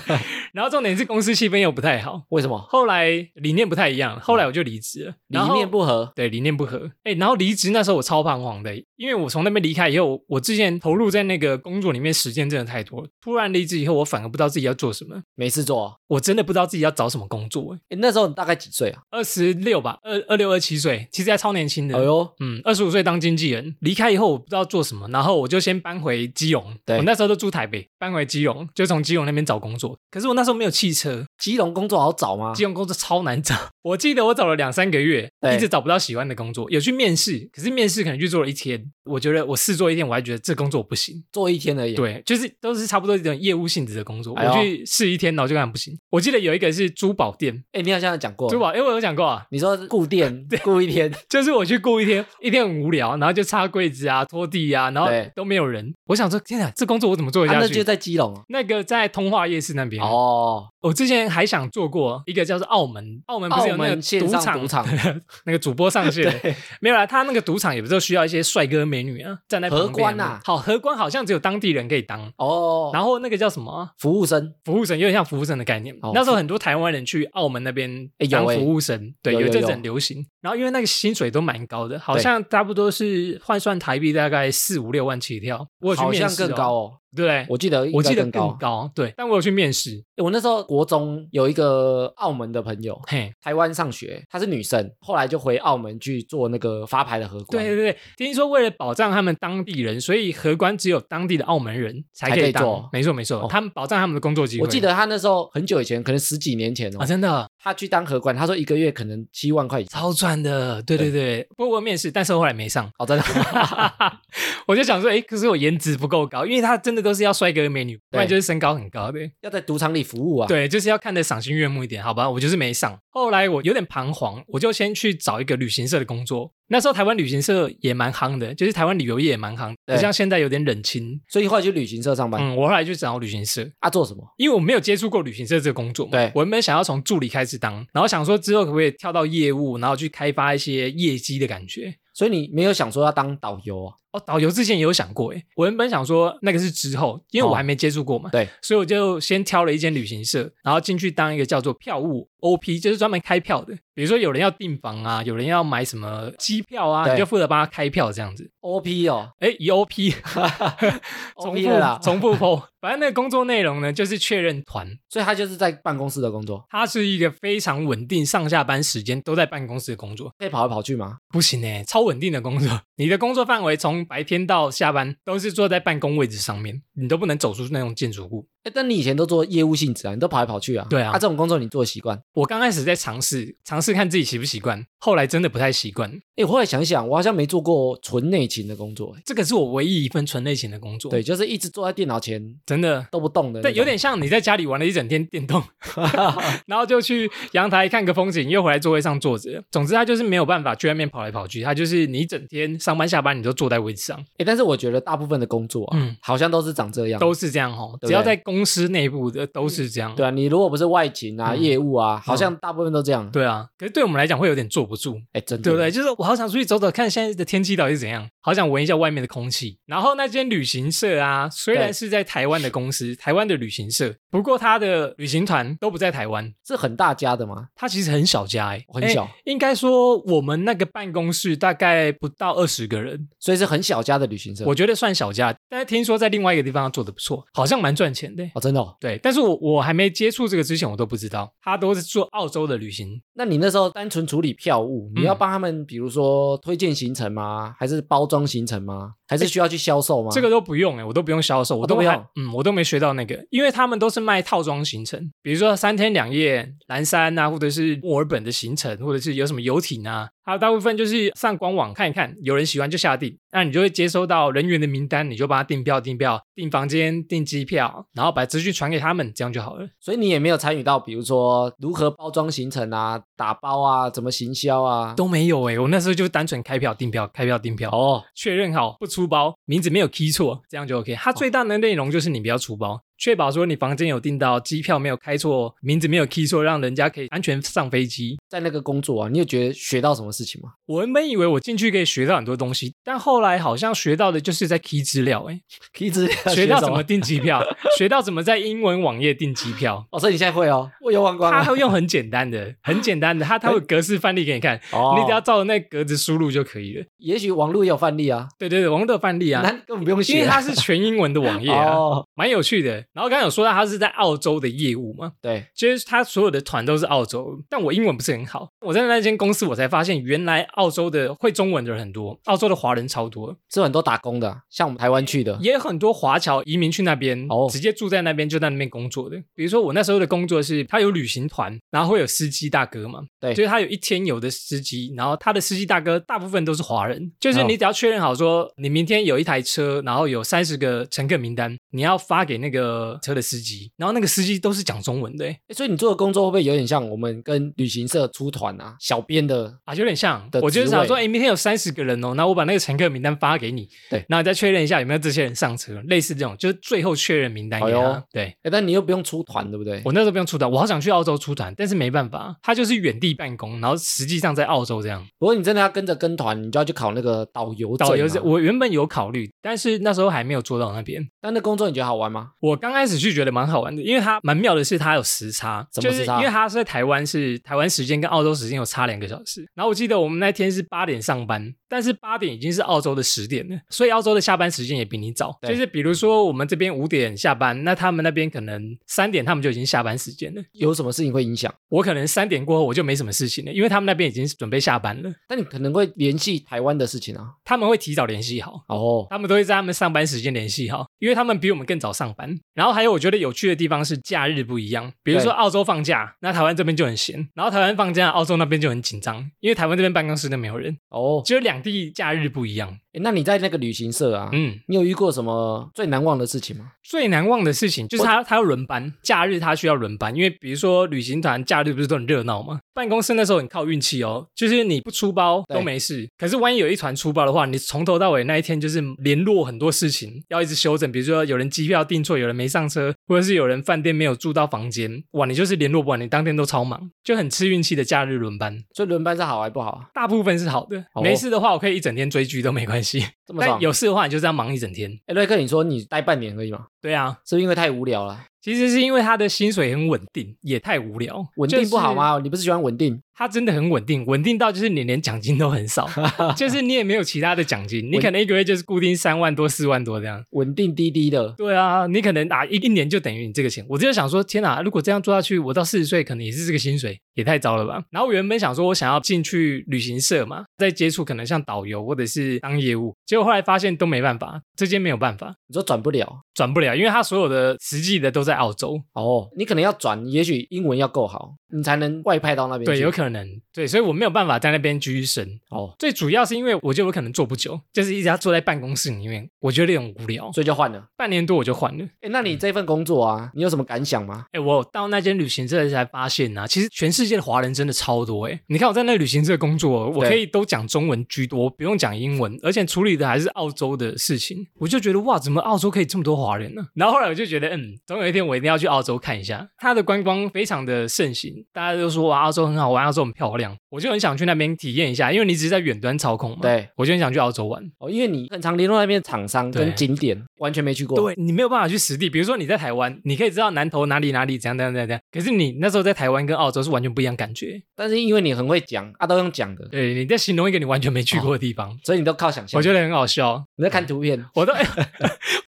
然后重点是公司气氛又不太好，
为什么？
后来理念不太一样，后来我就离职了。
理
然后
念不合，
对，理念不合。哎、然后离职那时候我超彷徨的，因为我从那边离开以后，我之前投入在那个工作里面时间真的太多了，突然离职以后，我反而不知道自己要做什么，
没事做。
我真的不知道自己要找什么工作。
哎，那时候你大概几岁啊？
二十六吧，二二六二七岁，其实还超年轻的。
哎呦，
嗯，二十五岁当经纪人，离开以后我不知道做什么，然后我就先搬回基隆。
对
我那时候都住台北，搬回基隆就从基隆那边找工作。可是我那时候没有汽车，
基隆工作好找吗
基？隆工作超难找。 我记得我找了两三个月，
对
一直找不到喜欢的工作，有去面试，可是面试可能去做了一天，我觉得我试做一天，我还觉得这工作我不行。
做一天而已。，
对，就是都是差不多这种业务性质的工作，
哎呦
我去试一天，然后就感觉不行。我记得有一个是珠宝店，
哎，你好像有讲过
珠，宝，因为我有讲过啊，
你说固店 固一 天，
就是我去雇一天，一天很无聊，然后就擦柜子啊、拖地啊，然后
对
都没有人。我想说，天哪，这工作我怎么做得
啊
下
那就
去？
在基隆啊
那个在通化夜市那边，
哦，
我之前还想做过一个叫做澳门，澳门不是
澳
有那个
门线上
场
赌场，
那个主播上线，
对，
没有啦，他那个赌场也不是需要一些帅哥美女啊站在旁边
荷官啊
好荷官好像只有当地人可以当，
哦，
然后那个叫什么啊
服务生，
服务生，有点像服务生的概念。
哦
那时候很多台湾人去澳门那边
哎有
当
哎
服务生，对，
有有
一阵
有
子很流行。然后因为那个薪水都蛮高的，好像差不多是换算台币大概四五六万起跳。我有去
好
面
像
试、
更高，哦。
对不对？
我记得
我记
应该
得
更
更
高。
高，对。但我有去面试，
欸我那时候国中有一个澳门的朋友，
嘿，
台湾上学，她是女生，后来就回澳门去做那个发牌的荷官，
对对对，听说为了保障他们当地人，所以荷官只有当地的澳门人才可
才可
以
以
当。
做
没错没错，
哦
他们保障他们的工作机会。
我记得她那时候很久以前，可能十几年前哦
啊，，真的
她去当荷官，她说一个月可能七万块以上，
超赚的，对对对。不过我有面试，但是我后来没上。
哦，真的，
我就想说，哎、可是我颜值不够高，因为他真的都是要帅哥美女，不然就是身高很高的。
要在赌场里服务啊，，
对，就是要看得赏心悦目一点，好吧？我就是没上。后来我有点彷徨，我就先去找一个旅行社的工作。那时候台湾旅行社也蛮夯的，就是台湾旅游业也蛮夯，
对
不像现在有点冷清。
所以后来去旅行社上班
嗯，我后来就找旅行社，
啊，做什么？
因为我没有接触过旅行社这个工作嘛，
对
我原本想要从助理开始当，然后想说之后可不可以跳到业务，然后去开发一些业绩的感觉。
所以你没有想说要当导 游啊？
哦，导游之前也有想过诶，我原本想说那个是之后，因
哦
为我还没接触过嘛，
对，
所以我就先挑了一间旅行社，然后进去当一个叫做票务 OP，就是专门开票的。比如说有人要订房啊，有人要买什么机票啊，
对
你就负责帮他开票这样子。
OP 哦，
哎，以 OP 重
OP 了啦
复重复 PO，反正那个工作内容呢，就是确认团，
所以他就是在办公室的工作，
它是一个非常稳定上下班时间都在办公室的工作。
可以跑来跑去吗？
不行哎，超稳定的工作。 你的工作范围从白天到下班都是坐在办公位置上面，你都不能走出那种建筑物。
哎，但你以前都做业务性质啊，你都跑来跑去啊？
对啊
啊，这种工作你做得习惯？
我刚开始在尝试尝试看自己习不习惯，后来真的不太习惯。
哎，我后来想一想，我好像没做过纯内勤的工作，哎，
这个是我唯一一份纯类型的工作，
对，，就是一直坐在电脑前
真的。
都不动的那种，
哦对，有点像你在家里玩了一整天电动， 然后就去阳台看个风景，又回来座位上坐着。总之，他就是没有办法去外面跑来跑去，他就是你一整天上班下班你都坐在位置上，
哎，但是我觉得大部分的工作啊，
嗯，
好像都是长这样，
都是这样哦。
对
只要在公司内部的都是这样。
对啊，你如果不是外勤啊、
嗯
业务啊，好像大部分都这样，
对啊，可是对我们来讲会有点坐不住，
哎，真的，
对不对？？就是我好想出去走走，看现在的天气到底是怎样，好想闻一下外面的空气。然后那间旅行社啊，虽然
对
是在台湾的公司，台湾的旅行社，不过它的旅行团都不在台湾。
是很大家的嘛，
它其实很小家哎、欸，
很小
欸应该说我们那个办公室大概不到二十个人，
所以是很小家的旅行社，
我觉得算小家。但是听说在另外一个地方做的不错，好像蛮赚钱的欸、
哦，真的哦。
对，但是我我还没接触这个之前，我都不知道，他都是做澳洲的旅行，
那你那时候单纯处理票务，你要
嗯
帮他们，比如说推荐行程吗？还是包装行程吗？还还是需要去销售吗？
这个都不用哎、我都不用销售，我
哦都不
还
用
嗯，我都没学到那个，因为他们都是卖套装行程，比如说三天两夜蓝山啊，或者是墨尔本的行程，或者是有什么游艇啊，还有大部分就是上官网看一看，有人喜欢就下定，那你就会接收到人员的名单，你就帮他订票、订票、订房间、订机票，然后把资讯传给他们，这样就好了。
所以你也没有参与到，比如说如何包装行程啊、打包啊、怎么行销啊。
都没有哎、我那时候就单纯开票、订票、开票、订票，
哦，
确认好不出包，名字没有 key 错，这样就 OK。它最大的内容就是你不要出包，确保说你房间有订到，机票没有开错，名字没有 key 错，让人家可以安全上飞机。
在那个工作啊，你有觉得学到什么事情 吗？
我原本以为我进去可以学到很多东西，但后来好像学到的就是在 key 资料、欸，
一 直
学到怎么
么？
订机票，学到怎么在英文网页订机票。
哦，所以你现在会哦，我有忘光
他
了。
会用很简单的，很简单的，他他会格式范例给你看，
哦，
你只要照着那个格子输入就可以了。
也许网络也有范例啊，
对对对，网络的范例啊，
那根本不用学啊，
因为它是全英文的网页啊，
哦，
蛮有趣的。然后刚刚有说到他是在澳洲的业务嘛，
对，
就是他所有的团都是澳洲，但我英文不是很好。我在那间公司，我才发现原来澳洲的会中文的人很多，澳洲的华人超多，
是很多打工的，啊像我们台湾去的，
也有很多华侨移民去那边，
哦
直接住在那边，就在那边工作的。比如说我那时候的工作是，他有旅行团，然后会有司机大哥嘛，
对
就是他有一天有的司机，然后他的司机大哥大部分都是华人，就是
哦
你只要确认好说，你明天有一台车，然后有三十个乘客名单，你要发给那个车的司机，然后那个司机都是讲中文的、欸。
诶所以你做的工作会不会有点像我们跟旅行社出团啊，小编的？
啊，有点像
的，
我就是
职
想说，
位
哎、明天有三十个人哦，那我把那个乘客名单发给你，
对
然后你再确认一下有没有这些人上车，类似这种，就是最后确认名单给
哎
他，
呦
对，
哎，但你又不用出团，对不对？
我那时候不用出团，我好想去澳洲出团，但是没办法，他就是远地办公，然后实际上在澳洲这样。
不过你真的要跟着跟团，你就要去考那个导游证啊
导游是我原本有考虑，但是那时候还没有做到那边。
但那工作你觉得好玩吗？
我刚开始去觉得蛮好玩的，因为它蛮妙的是它有时差，
什么时差
就是因为它是在台湾是台湾时间跟澳洲时间有差两个小时。然后我记得我们那天是八点上班，但是八点已经是澳洲的十点了，所以澳洲的下班时间也比你早。
对
就是比如说我们这边五点下班，那他们那边可能三点他们就已经下班时间了。
有什么事情会影响？
我可能三点过后我就没什么事情了，因为他们那边已经准备下班了，
但你可能会联系台湾的事情啊。
他们会提早联系好。
哦，
他们都会在他们上班时间联系好，因为他们比我们更早上班。然后还有我觉得有趣的地方是假日不一样，比如说
对
澳洲放假，那台湾这边就很闲，然后台湾放假，澳洲那边就很紧张，因为台湾这边办公室都没有人，
哦，
只有两地假日不一样。
诶那你在那个旅行社啊，
嗯，
你有遇过什么最难忘的事情吗？
最难忘的事情就是他他要轮班，假日他需要轮班，因为比如说旅行团假日不是都很热闹吗？办公室那时候很靠运气哦，就是你不出包
对
都没事，可是万一有一团出包的话，你从头到尾那一天就是联络很多事情，要一直修正，比如说有人机票订错，有人没上车，或者是有人饭店没有住到房间，哇，你就是联络不完，你当天都超忙，就很吃运气的假日轮班，
所以轮班是好还不好啊？
大部分是好的，
哦
没事的话我可以一整天追剧都没关系，
这么
但
爽？
有事的话你就这样忙一整天，
哎，瑞克，你说你待半年而已嘛，
对啊，
是不是因为太无聊了？
其实是因为他的薪水很稳定，也太无聊，
稳定不好？吗？你不是喜欢稳定？
他真的很稳定，稳定到就是你连奖金都很 少，就是你也没有其他的奖金，你可能一个月就是固定三万多、四万多这样。
稳定低低的，
对啊，你可能啊一一年就等于你这个钱。我就想说，天哪！如果这样做下去，我到四十岁可能也是这个薪水，也太糟了吧。然后我原本想说，我想要进去旅行社嘛，再接触可能像导游或者是当业务，结果后来发现都没办法，这间没有办法，
你说转不了
转不了，因为他所有的实际的都在澳洲。
哦，你可能要转，也许英文要够好，你才能外派到那边去。
对，有可能，对，所以我没有办法在那边居身。
哦，
最主要是因为我觉得我可能做不久，就是一直要坐在办公室里面，我觉得有点无聊。
所以就换了。
半年多我就换了。
哎，那你这份工作啊，你有什么感想吗？
哎，我到那间旅行社才发现啊，其实全世界的华人真的超多哎。你看我在那个旅行社工作，我
对
可以都讲中文居多，不用讲英文，而且处理的还是澳洲的事情。我就觉得哇，怎么澳洲可以这么多华人呢、然后后来我就觉得，嗯，总有一天我一定要去澳洲看一下。它的观光非常的盛行，大家都说哇，澳洲很好玩，澳洲很漂亮，我就很想去那边体验一下，因为你只是在远端操控嘛。
对，
我就很想去澳洲玩。
哦，因为你很常联络那边的厂商跟
对
景点，完全没去过。，
对你没有办法去实地，比如说你在台湾，你可以知道南投哪里哪里怎样怎样怎样怎样，可是你那时候在台湾跟澳洲是完全不一样感觉。
但是因为你很会讲，啊，都用讲的，
对，你在形
哦
容一个你完全没去过的地方，
所以你都靠想象。
我觉
得
得很好笑。
你在看图片，
我都，哎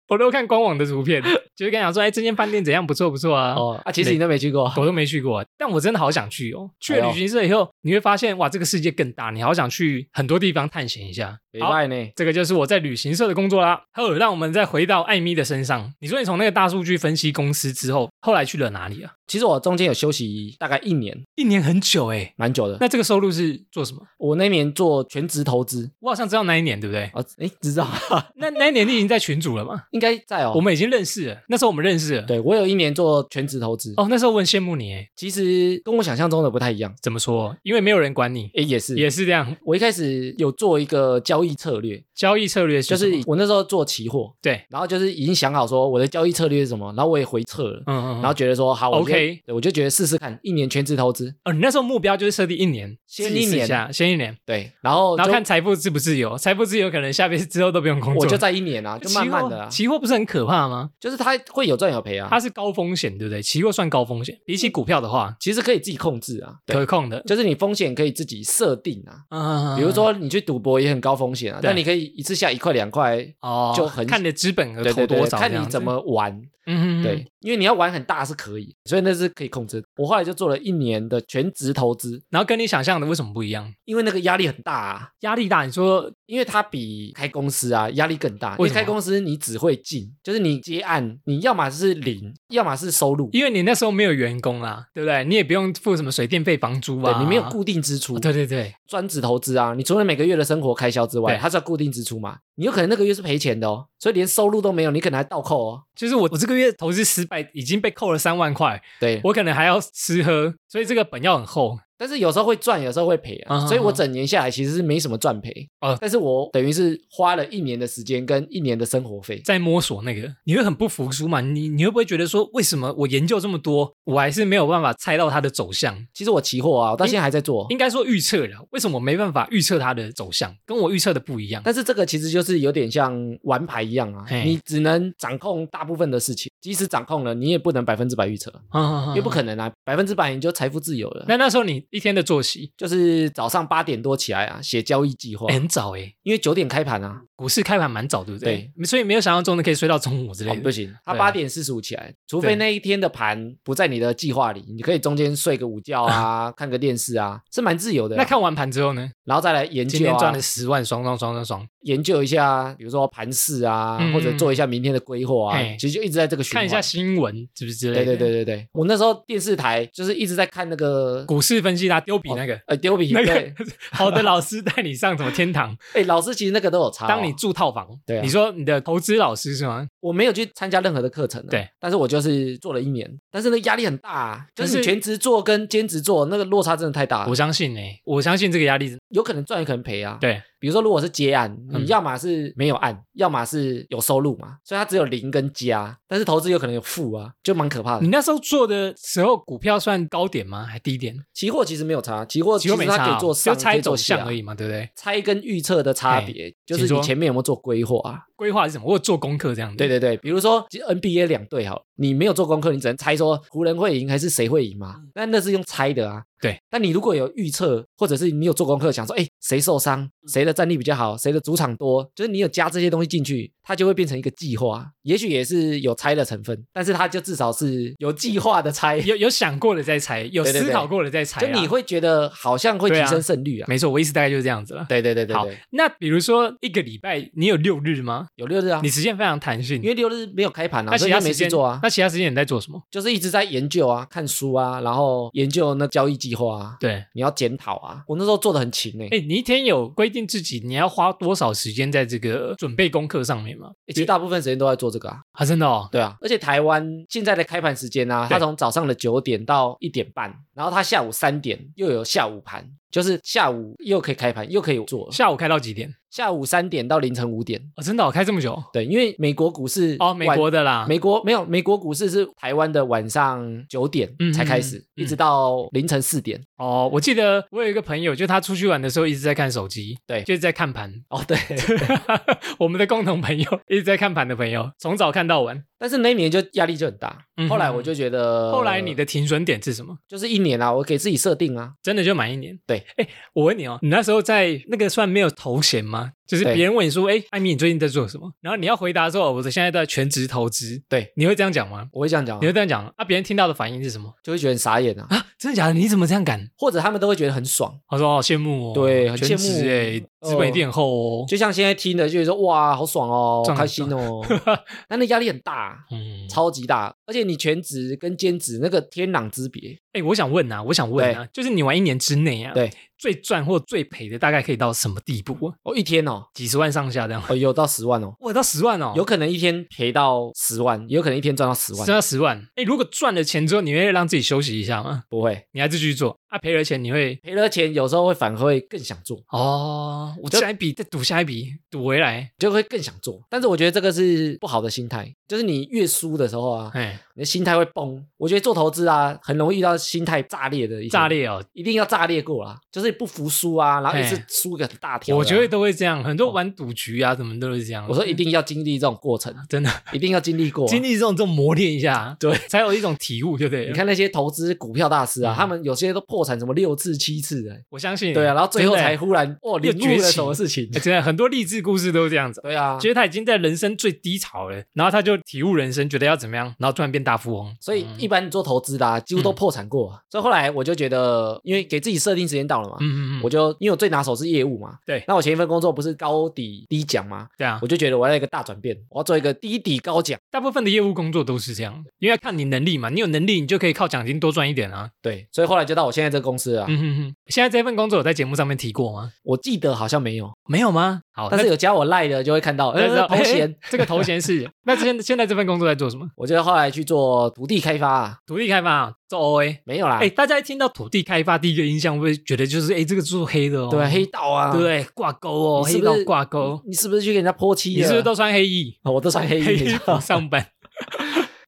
我都看官网的图片，就是跟你讲说，哎，这间饭店怎样不错不错啊。
哦啊，其实你都没去过，
我都没去过，啊但我真的好想去哦！去了旅行社以后，你会发现哇，这个世界更大，你好想去很多地方探险一下。
没
好，
拜呢。
这个就是我在旅行社的工作啦。好，让我们再回到艾米的身上。你说你从那个大数据分析公司之后，后来去了哪里啊？
其实我中间有休息大概一年，
一年很久哎、
蛮久的。
那这个收入是做什么？
我那年做全职投资
我好像知道那一年，对不对？
啊，哎，知道，
那那一年你已经在群组了嘛？
应该在哦。
我们已经认识了，那时候我们认识了。
对我有一年做全职投资，
哦，那时候我很羡慕你哎，
其实跟我想象中的不太一样。
怎么说？因为没有人管你，
哎，也是，
也是这样。
我一开始有做一个交易策略，
交易策略
就
什
是
么
我那时候做期货，
对，
然后就是已经想好说我的交易策略是什么，然后我也回撤了，
嗯嗯嗯，
然后觉得说好我就
OK
对我就觉得试试看，一年全职投资，
哦，你那时候目标就是设定一年，
先
试
一年
试下，先一年，
对，然后
然后
就
看财富自不自由，财富自由可能下辈子之后都不用工作
我
了。
就在一年啊，就慢慢的、啊，
期货，期货不是很可怕吗？
就是它会有赚有赔啊，
它是高风险，对不对？期货算高风险，比起股票的话，
其实可以自己控制啊，对，
可控的。
就是你风险可以自己设定啊，
嗯
比如说你去赌博也很高风险啊，
对
但你可以一次下一块两块。
哦，
就很
看你的资本额
对
投
对对
多，少，
看
这样
你
子
怎，么玩，
嗯，嗯嗯
对，因为你要玩很大是可以，所以那是可以控制的。我后来就做了一年的全职投资，
然后跟你想象的为什么不一样？
因为那个压力很大、啊，
压力大，你说
因为它比开公司啊压力更大。因
为
为
什么
开公司你只会进，就是你接案，你要么是零，要么是收入，
因为你那时候没有员工啦，对不对？你也不用付什么水电费、房租啊，
对你没有固定支出。
哦对对对，
专职投资啊，你除了每个月的生活开销之外，
对
它是要固定支出嘛？你有可能那个月是赔钱的哦，所以连收入都没有，你可能还倒扣哦。
就是我我这个月投资失败，已经被扣了三万块，
对，
我可能还要吃喝，所以这个本要很厚。
但是有时候会赚，有时候会赔啊，
嗯
所以我整年下来其实是没什么赚赔
哦
但是我等于是花了一年的时间跟一年的生活费，
在摸索那个，你会很不服输嘛？你你会不会觉得说，为什么我研究这么多，我还是没有办法猜到它的走向？
其实我期货啊，我到现在还在做。
应该说预测了，为什么我没办法预测它的走向，跟我预测的不 一样？
但是这个其实就是有点像玩牌一样啊
嘿，
你只能掌控大部分的事情，即使掌控了，你也不能百分之百预测，
啊
也不可能啊，百分之百你就财富自由了。
那那时候你一天的作息
就是早上八点多起来啊，写交易计划
诶，很早诶，
因为九点开盘啊，
股市开盘蛮早，对不对？所以没有想象中的可以睡到中午之类
哦
的。
不行，他
对啊
八点四十五起来，除非
对
那一天的盘不在你的计划里，你可以中间睡个午 觉啊，看个电视啊，是蛮自由的啊。
那看完盘之后呢？
然后再来研
今
究
天赚
啊
了，十万，爽爽爽爽爽！
研究一下，比如说盘势啊，
嗯
或者做一下明天的规划啊
嘿，
其实就一直在这个循环。
看一下新闻，是不是之类
对
的？
对对对对，我那时候电视台就是一直在看那个
股市分析啦，丢笔那个、
呃丢比，
那
对
个，好的老师带你上什么天堂？
哎，老师其实那个都有差哦。
当你住套房，
对啊
你说你的投资老师是吗？
我没有去参加任何的课程啊，
对，
但是我就是做了一年，但是那压力很大啊，就
可
是
是
你全职做跟兼职做那个落差真的太大了
我，相信呢、我相信这个压力。
有可能赚，有可能赔啊。，
对，
比如说如果是接案，你
嗯
要么是没有案，要么是有收入嘛，所以它只有零跟加，但是投资有可能有负啊，就蛮可怕的
你。那时候做的时候，股票算高点吗？还低点？
期货其实没有差，期货
其
其
实
实
没
它
差、
可
哦，
以
就
做上，可
猜
以
走
做
向
下
而。已嘛，对不对？
猜跟预测的差
嘿
别，就
请
是你
说
前面有没有做规划啊？
规划是什么？我有做功课这样子。
对对对，比如说其实 NBA 两队好了，你没有做功课，你只能猜说湖人会赢还是谁会赢嘛？那那是用猜的啊。
嗯对，
但你如果有预测，或者是你有做功课，想说哎谁受伤，
嗯
谁的战力比较好，谁的主场多，就是你有加这些东西进去，它就会变成一个计划。也许也是有猜的成分，但是它就至少是有计划的猜，
有有想过的在猜，有
对对
思
对
考过的在猜
就
啊。
你会觉得好像会
对
提
啊
升胜率啊。
没错，我意思大概就是这样子了。
对对对对
好
对，
那比如说一个礼拜你有六日吗？
有六日啊
你，时间非常弹性，
因为六日没有开盘啊，
那
所
其
以
他
就没
时
事
间
做啊。
那其他时间你在做什么？
就是一直在研究啊，看书啊，然后研究那交易计划啊，
对，
你要检讨啊。我那时候做的很勤诶、欸
哎，你一天有规定自己你要花多少时间在这个准备功课上面吗？
欸其实大部分时间都在做这个啊，
啊，真的哦，
对啊。而且台湾现在的开盘时间啊，它
对
从早上的九点到一点半，然后它下午三点又有下午盘，就是下午又可以开盘，又可以做。
下午开到几点？
下午三点到凌晨五点，
哦，真的哦，开这么久？
对，因为美国股市
哦，美
晚
国的啦，
美国没有，美国股市是台湾的晚上九点
嗯
才开始，
嗯
一直到凌晨四点。
哦，我记得我有一个朋友，就他出去玩的时候一直在看手机，
对
就是在看盘。
哦，对，
我们的共同朋友一直在看盘的朋友，从早看到晚。
但是那一年就压力就很大。
嗯哼
后来我就觉得，
后来你的停损点是什么？
就是一年啊，我给自己设定啊，
真的就满一年。
对，
哎，我问你哦，你那时候在那个算没有头衔吗？就是
对
别人问你说，哎，艾米，你最近在做什么？然后你要回答说，哦我现在在全职投资。
对，
你会这样讲吗？
我会这样讲啊、
你会这样讲吗啊？别人听到的反应是什么
就会觉得很 傻眼啊，
啊？真的假的？你怎么这样敢？
或者他们都会觉得很爽。
我说哦，羡慕哦，
对很
全
羡慕
职哎，资本一定很厚哦。
就像现在听的，就是说哇，好爽哦，
赚
开
很
心哦，但那压力很大，
嗯，
超级大，而且你全职跟兼职那个天壤之别。
哎，我想问啊，我想问啊，就是你玩一年之内啊，
对，
最赚或最赔的大概可以到什么地步啊？
哦，一天哦，
几十万上下这样？
哦有到十万哦，
哇，到十万哦，
有可能一天赔到十万，也有可能一天赚到十
赚
万，
到十万。哎，如果赚了钱之后，你会让自己休息一下吗？
不会
你还是继续做？啊，赔了钱你会
赔了钱，有时候会反而会更想做，
哦，我
就
下一笔再赌下一笔，赌回来。
就会更想做。但是我觉得这个是不好的心态，就是你越输的时候啊，
哎，
你的心态会崩。我觉得做投资啊，很容易遇到心态炸裂的一些
炸。裂哦！
一定要炸裂过啦，就是不服输啊，然后一直
嘿
输个很大条的啊。哦
我觉得都会这样，很多玩赌局啊，什么都是这样。
我说一定要经历这种过程，
真 的，
一定要经历过啊、
经历这种这种磨练一下，对，才有一种体悟，对不对？
你，看那些投资股票大师啊，
嗯
他们有些都破产什么六次七次的、
我相信，
对啊，然后最后
真的欸
才忽然哦
又
领
崛
悟了
起
什么事 情
哎，真的很多励志故事都是这样子。
对啊，
觉得他已经在人生最低潮了，然后他就体悟人生，觉得要怎么样，然后突然变大富翁。
所以
嗯
一般你做投资的、啊、几乎都破产过、啊，所以后来我就觉得，因为给自己设定时间到了嘛，
嗯嗯嗯，嗯
我就因为我最拿手是业务嘛，
对
那我前一份工作不是高底低奖嘛，
对啊
我，就觉得我要一个大转变，我要做一个低底高奖，
大部分的业务工作都是这样，因为要看你能力嘛，你有能力，你就可以靠奖金多赚一点啊。
对，所以后来就到我现在这个公司啊，
嗯哼哼，现在这份工作有在节目上面提过吗？
我记得好像没有，
没有吗？好，
但是有加我赖的就会看到，
那那
呃，头衔。
哎这个头衔是。那现现在这份工作在做什么？
我就后来去做土地开发、啊，
土地开发啊，做 OA。
没有啦，
哎，大家一听到土地开发，第一个印象会不会觉得就是哎，这个做黑的哦，
对啊，黑道啊，
对不对？挂钩哦，
你是
黑
不
道
是
挂钩，
你是不是去给人家泼漆了？
你是不是都穿黑衣？
哦我都穿黑
黑
衣？
衣
你知
服
道
上班。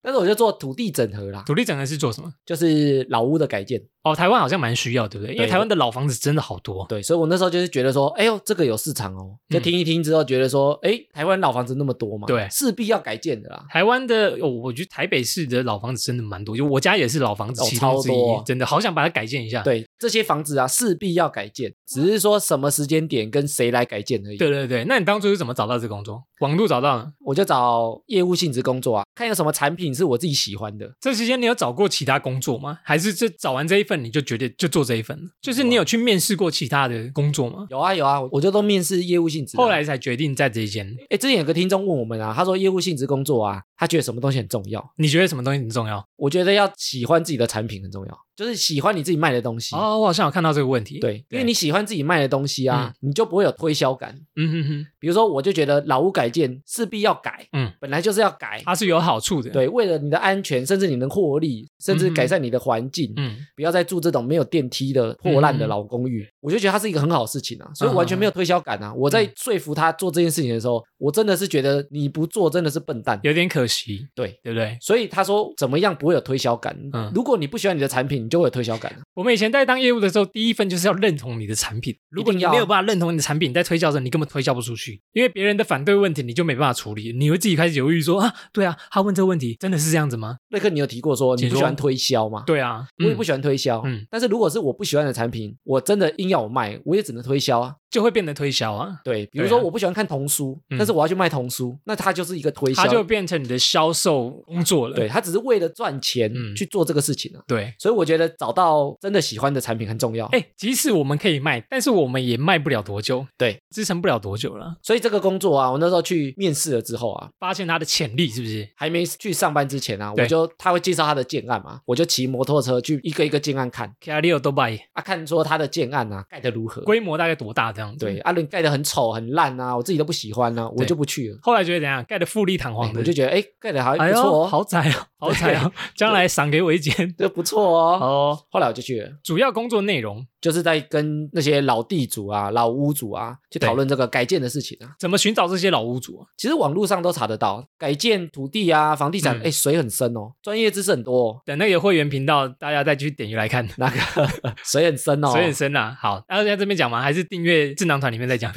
但是我就做土地整合啦，
土地整合是做什么？
就是老屋的改建。
哦，台湾好像蛮需要，对不对？因为
对
台湾的老房子真的好多。
对，所以我那时候就是觉得说，哎呦，这个有市场哦。就
嗯
听一听之后，觉得说，哎，台湾老房子那么多嘛，
对
势必要改建的啦。
台湾的，哦我觉得台北市的老房子真的蛮多，就我家也是老房子
哦
其中之一，
超多
真的好想把它改建一下。
对，这些房子啊，势必要改建，只是说什么时间点跟谁来改建而已。
对对对，那你当初是怎么找到这个工作？网络找到的。
我就找业务性质工作啊，看有什么产品是我自己喜欢的。
这期间你有找过其他工作吗？还是这找完这一份你就决定就做这一份了？就是你有去面试过其他的工作吗？
有啊有啊，我就都面试业务性质啊。
后来才决定在这一间。
哎，之前有个听众问我们啊，他说业务性质工作啊，他觉得什么东西很重要？
你觉得什么东西很重要？
我觉得要喜欢自己的产品很重要，就是喜欢你自己卖的东西。
哦，我好像有看到这个问题。，
嗯对，因为你喜欢自己卖的东西啊，你就不会有推销感。
嗯哼哼，
比如说，我就觉得老屋改建势必要改，
嗯，
本来就是要改。
它是有好处的。，
对，为了你的安全，甚至你能获利，甚至
嗯哼
改善你的环境，
嗯，
不要再住这种没有电梯的破烂的
嗯
老公寓。我就觉得它是一个很好的事情啊，所以完全没有推销感啊。我
嗯
在说服他做这件事情的时候，我真的是觉得你不做真的是笨蛋。
有点可惜，
对，
对不对？
所以他说怎么样不会有推销感？
嗯
如果你不喜欢你的产品，你就会有推销感。啊
我们以前在当业务的时候，第一份就是要认同你的产品。如果你
一定要
没有办法认同你的产品，你在推销的时候，你根本推销不出去，因为别人的反对问题你就没办法处理，你会自己开始犹豫说啊，对啊，他问这个问题真的是这样子吗？
瑞克，你有提过说你
请
不
说
喜欢推销吗？，
对啊，
我也不
嗯
喜欢推销。
嗯
但是如果是我不喜欢的产品，我真的硬要我卖，我也只能推销啊。
就会变得推销啊，
对，比如说
对啊
我不喜欢看童书，
嗯
但是我要去卖童书，那它就是一个推销
它，就变成你的销售工作了。
对，它只是为了赚钱
嗯
去做这个事情啊。
对。
所以我觉得找到真的喜欢的产品很重要。
哎，即使我们可以卖，但是我们也卖不了多久，
对，
支撑不了多久了。
所以这个工作啊，我那时候去面试了之后啊，
发现它的潜力是不是？
还没去上班之前啊，我
对
就他会介绍他的建案嘛，我就骑摩托车去一个一个建案看。
k a r i o 都 buy，
啊，看说他的建案啊盖得如何。
规模大概多大这样子？
对，，阿伦盖得很丑很烂啊，我自己都不喜欢啊，我
对
就不去了。
后来觉得怎样？盖的富丽堂
哎
皇的，
我就觉得哎，盖得还
哎
不
呦
错哦，
豪宅 哦，豪宅哦，将来赏给我一间。
这不错哦。
哦，
后来我就去了，
主要工作内容
就是在跟那些老地主啊、老屋主啊去讨论这个改建的事情啊。
怎么寻找这些老屋主啊？
其实网络上都查得到改建土地啊、房地产，哎、
嗯
水很深哦，专业知识很多、哦，
等那个会员频道，大家再去点击来看。
那个水很深哦，
水很深啦、好，那在这边讲吗？还是订阅智囊团里面再讲？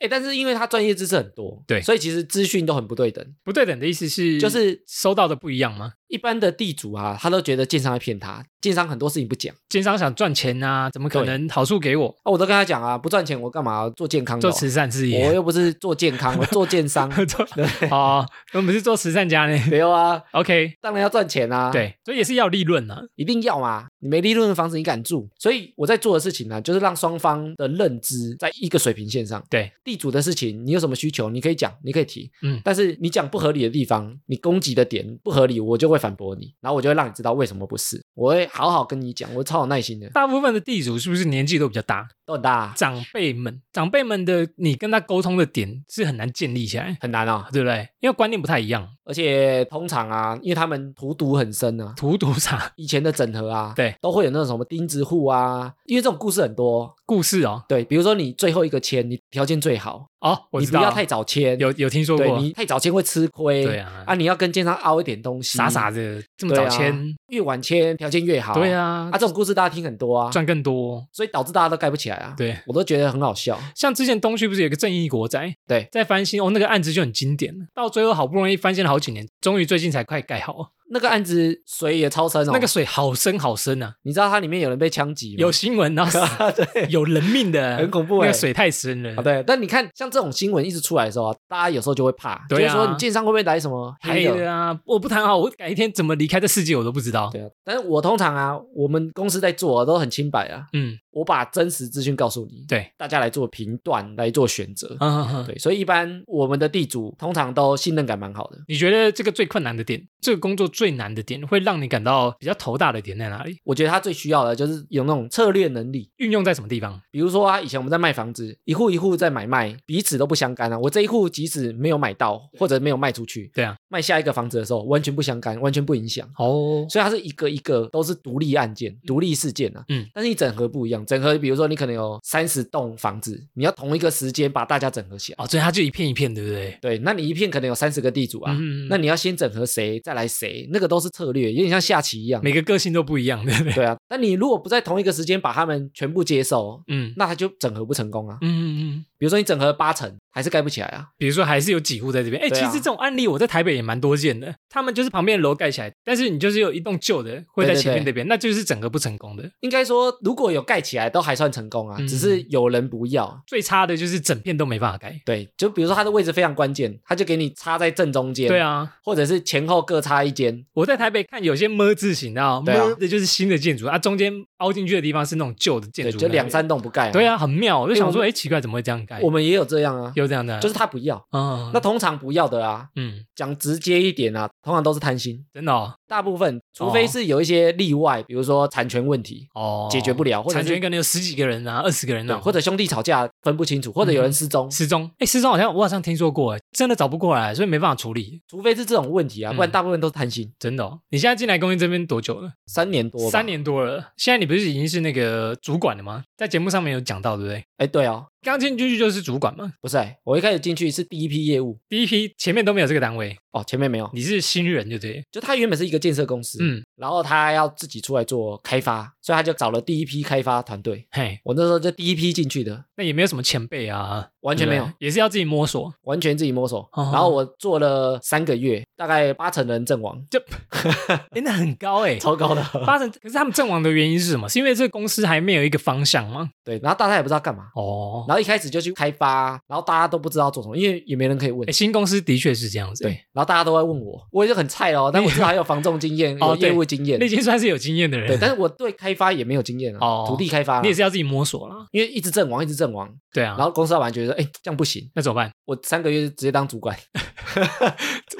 哎、但是因为他专业知识很多，
对嗯
所以其实资讯都很不对等，
不对等的意思是，
就是
收到的不一样吗？
一般的地主啊，他都觉得建商在骗他，建商很多事情不讲
奸商想赚钱啊，怎么可
对
能好处给我
啊，我都跟他讲啊，不赚钱我干嘛要做健康的
做
哦、
慈善事
我
业？
又不是做健康，我做 建商，
做
对
哦，我们是做慈善家呢。
没有啊，
OK，
当然要赚钱啊，，
对，所以也是要利润啊。
一定要嘛，你没利润的房子你敢住？所以我在做的事情呢、就是让双方的认知在一个水平线上。
对，
地主的事情，你有什么需求，你可以讲，你可以提，
嗯
但是你讲不合理的地方，你攻击的点不合理，我就会反驳你，然后我就会让你知道为什么不是，我会好好跟你讲，我超有耐心的，
大部分的地主是不是年纪都比较大？
都很大啊、
长辈们，长辈们的你跟他沟通的点是很难建立起来，
很难啊、
对不对？因为观念不太一样。
而且通常啊，因为他们荼毒很深啊，
荼毒啥
以前的整合啊，
对，
都会有那种什么钉子户啊，因为这种故事很多，
故事哦？
对，比如说你最后一个签，你条件最好，
哦，我
你
知
不
道，
要太早签，
有有听说
对
过，
你太早签会吃亏，
对啊
啊，你要跟建商凹一点东西，
傻傻的这么
对
早
啊
签，
越晚签条件越好，
对
啊，
啊
啊，，这种故事大家听很多啊，
赚更多。
所以导致大家都盖不起来啊，，
对，
我都觉得很好笑，
像之前东区不是有个正义国宅，
对，
在翻新哦，那个案子就很经典，到最后好不容易翻新了好几年，终于最近才快盖好，
那个案子水也超深哦，
那个水好深好深啊，
你知道它里面有人被枪击吗？
有新闻然后死
对
有人命的，
很恐怖
那
欸
个水太深了
啊，，对，但你看像这种新闻一直出来的时候啊，大家有时候就会怕，
对啊
就是说你建商会不会来什么
黑
黑的？
的啊，我不谈好，我改天怎么离开这世界我都不知道。
对啊，但是我通常啊，我们公司在做、啊、都很清白啊，
嗯，
我把真实资讯告诉你，
对，
大家来做评断，来做选择。
嗯嗯嗯。
对，所以一般我们的地主通常都信任感蛮好的。
你觉得这个最困难的点，这个工作最难的点，会让你感到比较头大的点在哪里？
我觉得他最需要的就是有那种策略能力。
运用在什么地方？
比如说啊，以前我们在卖房子，一户一户在买卖，彼此都不相干啊。我这一户即使没有买到或者没有卖出去，
对啊，
卖下一个房子的时候完全不相干，完全不影响。
哦，
所以它是一个一个都是独立案件、独立事件啊。
嗯，
但是你整合不一样，整合比如说你可能有三十栋房子，你要同一个时间把大家整合起来。
哦，所以它就一片一片，对不对？
对，那你一片可能有三十个地主啊，
嗯嗯嗯
那你要先整合谁，再来谁，那个都是策略，有点像下棋一样。
每个个性都不一样，对不 对？
对啊，但你如果不在同一个时间把他们全部接受，
嗯
那他就整合不成功啊
嗯。嗯嗯。
比如说你整合八成，还是盖不起来啊。
比如说，还是有几户在这边。哎、
对
其
啊
实这种案例我在台北也蛮多见的。他们就是旁边的楼盖起来，但是你就是有一栋旧的会在
对对
前面那
对
边，那就是整个不成功的。
应该说，如果有盖起来，都还算成功啊，
嗯
只是有人不要。
最差的就是整片都没办法盖。
对，就比如说它的位置非常关键，它就给你插在正中间。
对啊，
或者是前后各插一间，
我在台北看有些么字形的、啊，
对啊
么的就是新的建筑啊，中间凹进去的地方是那种旧的建
对，
筑，
就两。三栋不盖、
对，啊，很妙。我就想说，
哎我
哎、奇怪，怎么会这样盖？
我们也有这样啊，
有这样的，
就是他不要。
嗯，
那通常不要的啊，
嗯，
讲直接一点啊，通常都是贪心，
真的哦，
大部分除非是有一些例外，比如说产权问题，
哦
解决不了或者
产
是
权可能有十几个人啊，二十个人
对
啊，
或者兄弟吵架分不清楚，或者
嗯
有人失踪，
失踪。哎，失踪好像我好像听说过，哎，真的找不过来，所以没办法处理，
除非是这种问题啊，
嗯
不然大部分都是贪心。
真的哦。你现在进来公司这边多久了？
三年多，
三，年多了。现在你不是已经是那个主管了吗？在节目上面有讲到，对不对？
哎，对哦，
刚进去就是主管嘛，
不是、哎，我一开始进去是第一批业务，
第一批前面都没有这个单位，
哦，前面没有，
你是新人，对不对？
就他原本是一个建设公司，
嗯，
然后他要自己出来做开发，所以他就找了第一批开发团队，
嘿，
我那时候就第一批进去的，
那也没有什么前辈啊，
完全没有
对不对，也是要自己摸索。
完全自己摸索。
哦
然后我做了三个月，大概八成人阵亡，
就，哎，那很高哎，
超高的。
八成。可是他们阵亡的原因是什么？是因为这个公司还没有一个方向 吗？
对，然后大家也不知道干嘛，
哦，
然后一开始就去开发，然后大家都不知道做什么，因为也没人可以问
哎，。新公司的确是这样子。
对，，然后大家都在问我，我也是很菜哦，但我至少还有房仲经验， 有
哦对
业务经验
那，已经算是有经验的人。
对，但是我对开发也没有经验
哦
啊，土地开发啊
你也，是要自己摸索啦。
因为一直阵亡，一直阵亡，
对啊，
然后公司老板觉得，哎，这样不行，
那怎么办？
我三个月就直接当主管，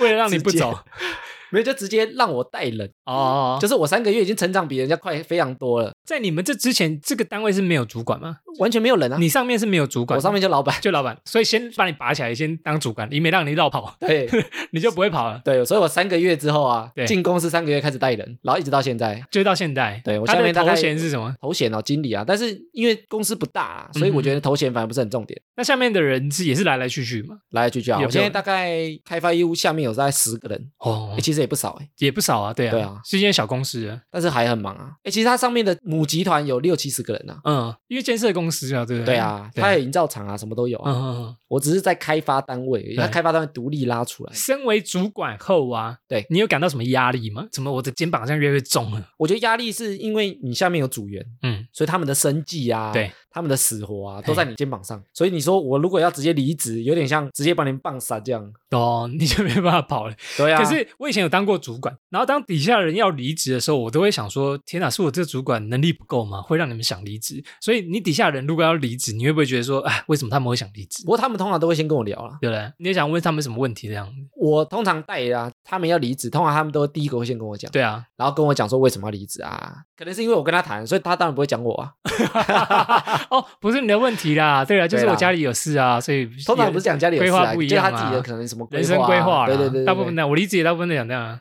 为了让你不
直接
走，
没有就直接让我带人，
哦，
就是我三个月已经成长比人家快非常多了，
在你们这之前，这个单位是没有主管吗？
完全没有人啊，
你上面是没有主管，
我上面就老板，
就老板，所以先把你拔起来，先当主管，以免让你绕跑，
对
你就不会跑了。
对，所以我三个月之后啊
对，
进公司三个月开始带人，然后一直到现在，
就到现在，
对我
他
下
的
面大概
头衔是什么？
头衔哦，经理啊，但是因为公司不大、啊，
嗯
所以我觉得头衔反而不是很重点。
那下面的人是也是来来去去嘛？
来来去去啊，
有
我现在大概开发业务下面有大概十个人，
哦
欸、，其实也不少哎、
也不少啊，对啊，
对啊
是一间小公司啊，
但是还很忙啊。哎、其实它上面的母集团有六七十个人啊。
嗯，因为建设公司啊，对不对？
对啊，
对
它有营造厂啊，什么都有
嗯
啊。
嗯嗯，
我只是在开发单位而已，它开发单位独立拉出来。
身为主管后啊，
对
你有感到什么压力吗？怎么我的肩膀好像越来越重了？
我觉得压力是因为你下面有组员，
嗯，
所以他们的生计啊，
对，
他们的死活啊，都在你肩膀上。所以你说我如果要直接离职，有点像直接把你们棒杀这样。
哦，你就没办法跑了。
对啊，
可是我以前有当过主管，然后当底下人要离职的时候，我都会想说：天哪，是我这个主管能力不够吗？会让你们想离职？所以你底下人如果要离职，你会不会觉得说：哎，为什么他们会想离职
不？过他们通常都会先跟我聊啦。啊
对不对？你也想问他们什么问题这样子？
我通常带啊，他们要离职，通常他们都第一个会先跟我讲，
对啊，
然后跟我讲说为什么要离职啊？可能是因为我跟他谈，所以他当然不会讲我啊。
哦，不是你的问题啦，对啊，就是
对啦
我家里有事啊，所以
通常不是讲家里有 事
规
啊，
划不一
就是
样
他
啊
自己的可能什么啊
人生规划啦，
对对对对对
大部分的我理解，大部分的讲这样啊，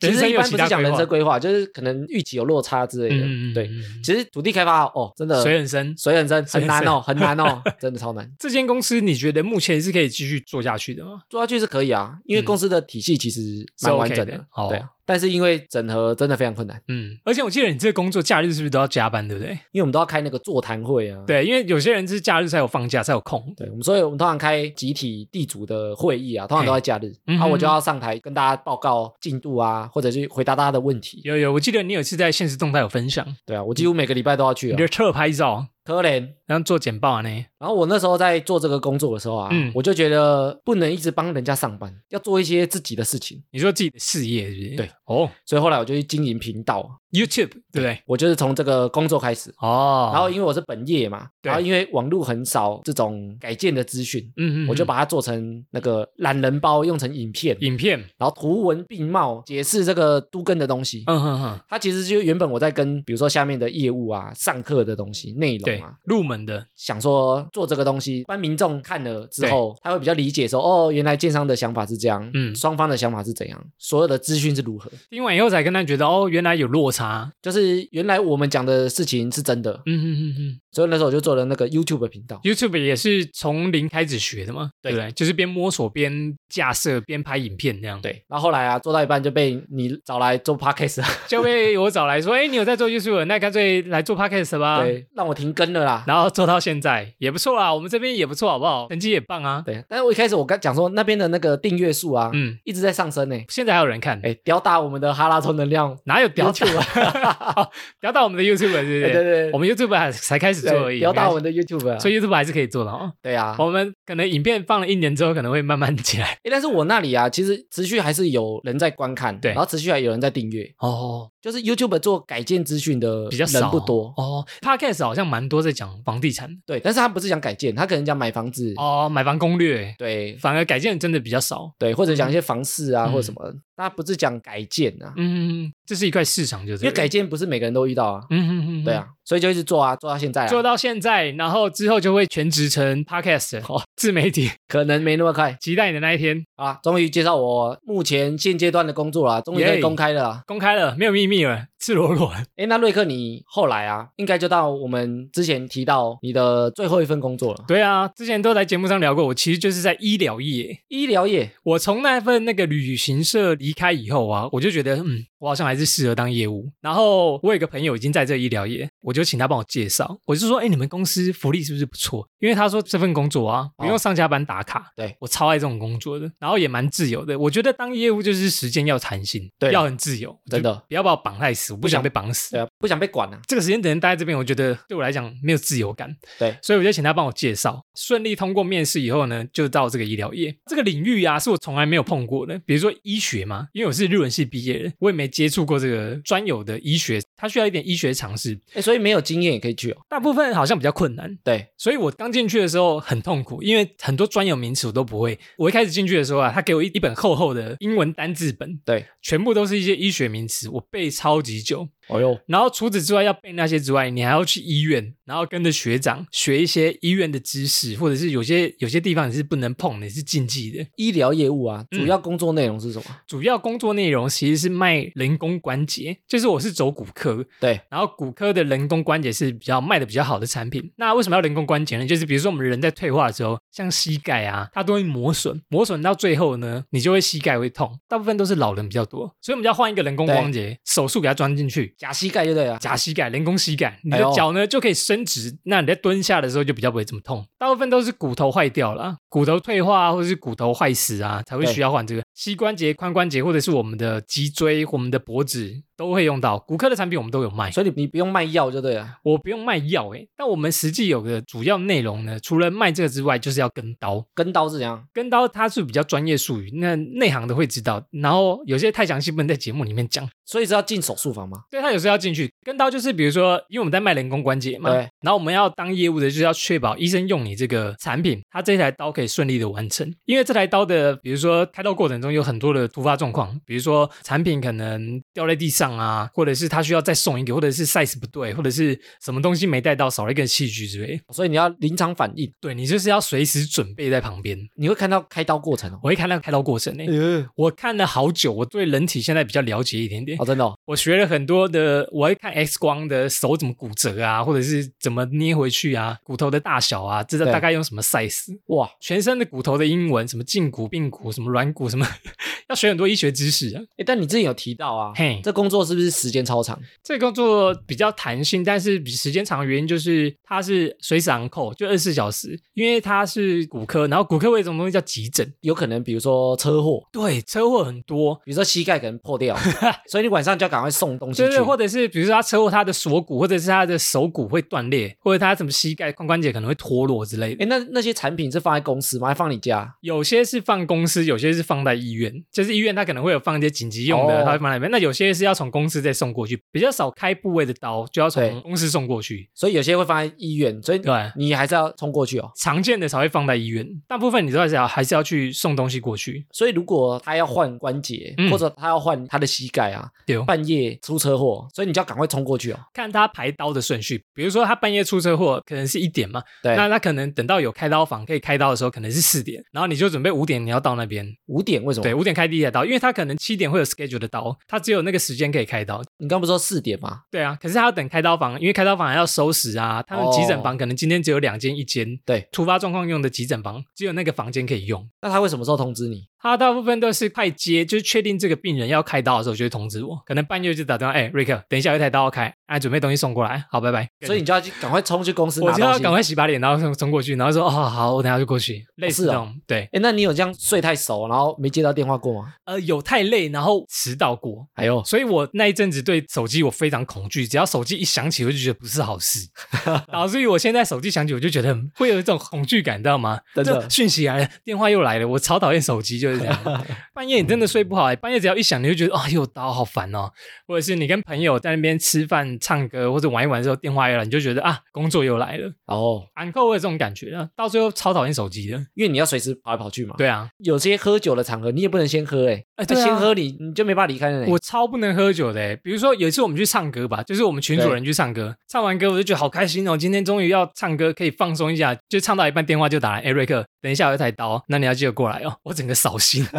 其
人
实
生
一
有
般
其
不
他
是讲
规
人
划
生，规划，就是可能预期有落差之类的。
嗯嗯嗯，
对，
嗯，嗯
其实土地开发哦，真的
水很深。
水很深，
水
很
很
难
深
哦，很难哦， 真的超难。
这间公司你觉得目前是可以继续做下去的吗？
做下去是可以啊，因为
嗯
公司的体系其实
是
蛮
OK
完整
的哦
对啊。但是因为整合真的非常困难，
嗯，而且我记得你这个工作假日是不是都要加班，对不对？
因为我们都要开那个座谈会啊。
对，因为有些人是假日才有放假，才有空。
对，我们所以我们通常开集体地主的会议啊，通常都在假日，
嗯
然后、
哼
我就要上台跟大家报告进度啊，或者去回答大家的问题。
有有，我记得你有一次在现实动态有分享
对啊，我几乎每个礼拜都要去
你
啊
的，车拍照，
可怜。
然后做简报啊呢。
然后我那时候在做这个工作的时候啊，
嗯
我就觉得不能一直帮人家上班，要做一些自己的事情。
你说自己的事业是不是？
对，
哦
所以后来我就去经营频道，
，YouTube 对不对？
我就是从这个工作开始。
哦，
然后因为我是本业嘛，
对
然后因为网络很少这种改建的资讯，
嗯嗯，
我就
嗯
把它做成那个懒人包，用成影片，
影片，
然后图文并茂，解释这个都跟的东西。
嗯哼哼，
它其实就原本我在跟比如说下面的业务啊、上课的东西内容
对
啊，，
入门的，
想说做这个东西，一般民众看了之后，他会比较理解说，哦，原来建商的想法是这样，
嗯
双方的想法是怎样，所有的资讯是如何，
听完以后才跟他觉得哦，原来有落差。
就是原来我们讲的事情是真的。
嗯嗯嗯嗯
所以那时候我就做了那个 YouTube 频道，
，YouTube 也是从零开始学的嘛，对
对
不对？就是边摸索边架设边拍影片这样。，
对，然后后来啊，做到一半就被你找来做 Podcast，、啊
就被我找来说，哎，你有在做 YouTube，那干脆来做 Podcast 吧。
对，让我停更了啦。
然后做到现在也不错啦，我们这边也不错，好不好？成绩也棒啊。
对，但是我一开始我刚讲说那边的那个订阅数啊，
嗯，
一直在上升呢、
现在还有人看，
哎，吊打我们的哈拉充能量
哪有屌打
YouTube
哦 屌打我们的 YouTube 是不是？
哎对对对
我们 YouTube 还才开始做而
对，
已，
不要打我
没
们的 YouTube
关
啊。
系所以 YouTube 还是可以做的哦。
对啊，哎、
我们可能影片放了一年之后，可能会慢慢起 来。
但是我那里啊，其实持续还是有人在观看，
对
然后持续还有人在订阅，
哦，
就是 YouTube 做改建资讯的
比较少
人不多。
哦。Podcast 好像蛮多在讲房地产
对，但是他不是讲改建，他可能讲买房子，
哦，买房攻略，
对
反而改建真的比较少。
对，或者讲一些房市啊、
嗯
或者什么，他不是讲改建啊，
嗯，这是一块市场，就是
因为改，建不是每个人都遇到啊，
嗯哼哼，
对。啊，所以就一直做啊，做到现在啊，
做到现在，然后之后就会全职成 podcast、
哦
自媒体，
可能没那么快
期待你的那一天
啊。终于介绍我目前现阶段的工作啦，终于可以
Yay
公开了啊啦。
公开了，没有秘密了，赤裸裸了。
哎，那瑞克，你后来啊，应该就到我们之前提到你的最后一份工作了，
对啊，之前都在节目上聊过，我其实就是在医疗业。
医疗业。
我从那份那个旅行社离开以后啊，我就觉得，嗯，我好像还是适合当业务。然后我有一个朋友已经在这医疗业，我就请他帮我介绍。我就说，哎，你们公司福利是不是不错？因为他说这份工作啊，不用上下班打卡。
哦对
我超爱这种工作的，然后也蛮自由的。我觉得当业务就是时间要弹性，
对
要很自由，
真的
就不要把我绑太死，我不想被绑死
对。啊，不想被管啊。
这个时间点待在这边，我觉得对我来讲没有自由感。
对
所以我就请他帮我介绍。顺利通过面试以后呢，就到这个医疗业这个领域啊，是我从来没有碰过的。比如说医学嘛，因为我是日文系毕业的，我也没接触过这个专有的医学，它需要一点医学常识，
哎，所以没有经验也可以去哦。
大部分好像比较困难。
对，
所以我刚进去的时候很痛苦，因为很多专有名词我都不会。我一开始进去的时候啊，他给我一一本厚厚的英文单字本，
对，
全部都是一些医学名词，我背超级久。
哦哟，
然后除此之外，要背那些之外，你还要去医院，然后跟着学长学一些医院的知识，或者是有些有些地方你是不能碰的，你是禁忌的。
医疗业务啊，
嗯
主要工作内容是什么？
主要工作内容其实是卖人工关节，就是我是走骨科，
对，
然后骨科的人工关节是比较卖的比较好的产品。那为什么要人工关节呢？就是比如说我们人在退化的时候，像膝盖啊，它都会磨损，磨损到最后呢，你就会膝盖会痛。大部分都是老人比较多，所以我们就要换一个人工
对
关节，手术给它装进去，
假膝盖就对了。
假膝盖、人工膝盖，你
哎
的
呦
脚呢就可以伸直，那你在蹲下的时候就比较不会这么痛。大部分都是骨头坏掉了啊，骨头退化啊或者是骨头坏死啊，才会
对
需要换这个膝关节、髋关节，或者是我们的脊椎、我们的脖子都会用到。骨科的产品我们都有卖，
所以你你不用卖药就对了。
我不用卖药诶、但我们实际有个主要内容呢，除了卖这个之外，就是要跟刀。
跟刀是怎样？
跟刀它是比较专业术语，那内行的会知道，然后有些太详细不能在节目里面讲。
所以是要进手术房吗？
对他有时候要进去跟刀，就是比如说，因为我们在卖人工关节嘛，
对
然后我们要当业务的，就是要确保医生用你这个产品，他这台刀可以顺利的完成。因为这台刀的，比如说开刀过程中有很多的突发状况，比如说产品可能掉在地上啊，或者是他需要再送一个，或者是 size 不对，或者是什么东西没带到，少了一根器具之类的。
所以你要临场反应，
对你就是要随时准备在旁边。
你会看到开刀过程哦。
我会看那个开刀过程呢、
呃，
我看了好久，我对人体现在比较了解一点点。
哦，真的哦，
我学了很多的，我会看 X 光的手怎么骨折啊，或者是怎么捏回去啊，骨头的大小啊，知道
对
大概用什么 size，
哇，
全身的骨头的英文，什么胫骨、髌骨、什么软骨，什么 要学很多医学知识啊。
哎，但你之前有提到啊
嘿，
这工作是不是时间超长？
这个工作比较弹性，但是比时间长的原因就是它是随时昂扣，就二十四小时，因为它是骨科，然后骨科有一种东西叫急诊，
有可能比如说车祸，
对，车祸很多。
比如说膝盖可能 破掉，所以你晚上就要赶快送东西
对
去
对，。或者是比如说他车祸，他的锁骨或者是他的手骨会断裂，或者他什么膝盖髋关节可能会脱落之类的。
哎，那那些产品是放在公司吗？还放你家？
有些是放公司，有些是放在医院，就是医院它可能会有放一些紧急用的，
哦
它会放在里面。那有些是要从公司再送过去，比较少开部位的刀就要从
对
公司送过去，
所以有些会放在医院，所以
对
你还是要冲过去哦。
常见的才会放在医院。大部分你都还是要还是要去送东西过去。
所以如果他要换关节，
嗯
或者他要换他的膝盖啊，
对哦，
半夜出车祸，所以你就要赶快冲过去哦。
看他排刀的顺序，比如说他半夜出车祸，可能是一点嘛，
对，
那他可能等到有开刀房可以开刀的时候，可能是四点，然后你就准备五点你要到那边，
五点为什么？
对，，五点开第一台刀，因为他可能七点会有 schedule 的刀，他只有那个时间可以开刀，
你刚不是说四点吗？
对啊，可是他要等开刀房，因为开刀房还要收拾啊。他们急诊房可能今天只有两间，一间
对，
突发状况用的急诊房，只有那个房间可以用。
那他会什么时候通知你？
他大部分都是快接，就是确定这个病人要开刀的时候就会通知我，可能半夜就打电话，哎、瑞克，等一下有一台刀要开，哎、准备东西送过来，好，拜拜。
所以你就要去赶快冲去公司
我
拿
就要
东西
赶。快洗把脸，然后冲冲过去，然后说哦好，我等一下就过去，类似
是
这
哦
种、对，
哎，那你有这样睡太熟，然后没接到电话过吗？
呃，有太累，然后迟到过。
哎呦，
所以我那一阵子对手机我非常恐惧，只要手机一响起，我就觉得不是好 事，导致于我现在手机响起，我就觉得很会有一种恐惧感，知道吗？
真的
就讯息来了，电话又来了，我超讨厌手机，就是这 样。半夜你真的睡不好、欸，半夜只要一响，你就觉得哦，又刀好烦哦。或者是你跟朋友在那边吃饭、唱歌或者玩一玩之后，电话又来了，你就觉得啊，工作又来了。
哦，
俺扣我有这种感觉啊，到最后超讨厌手机的。
因为你要随时跑来跑去嘛。，
对啊，
有些喝酒的场合你也不能先喝，哎，
哎
那
对啊
先喝你你就没办法离开了呢。
我超不能喝酒的欸，比如说有一次我们去唱歌吧，就是我们群主人去唱歌，唱完歌我就觉得好开心哦，今天终于要唱歌可以放松一下，就唱到一半电话就打来，哎瑞克，等一下有一台刀，那你要记得过来哦，我整个扫兴。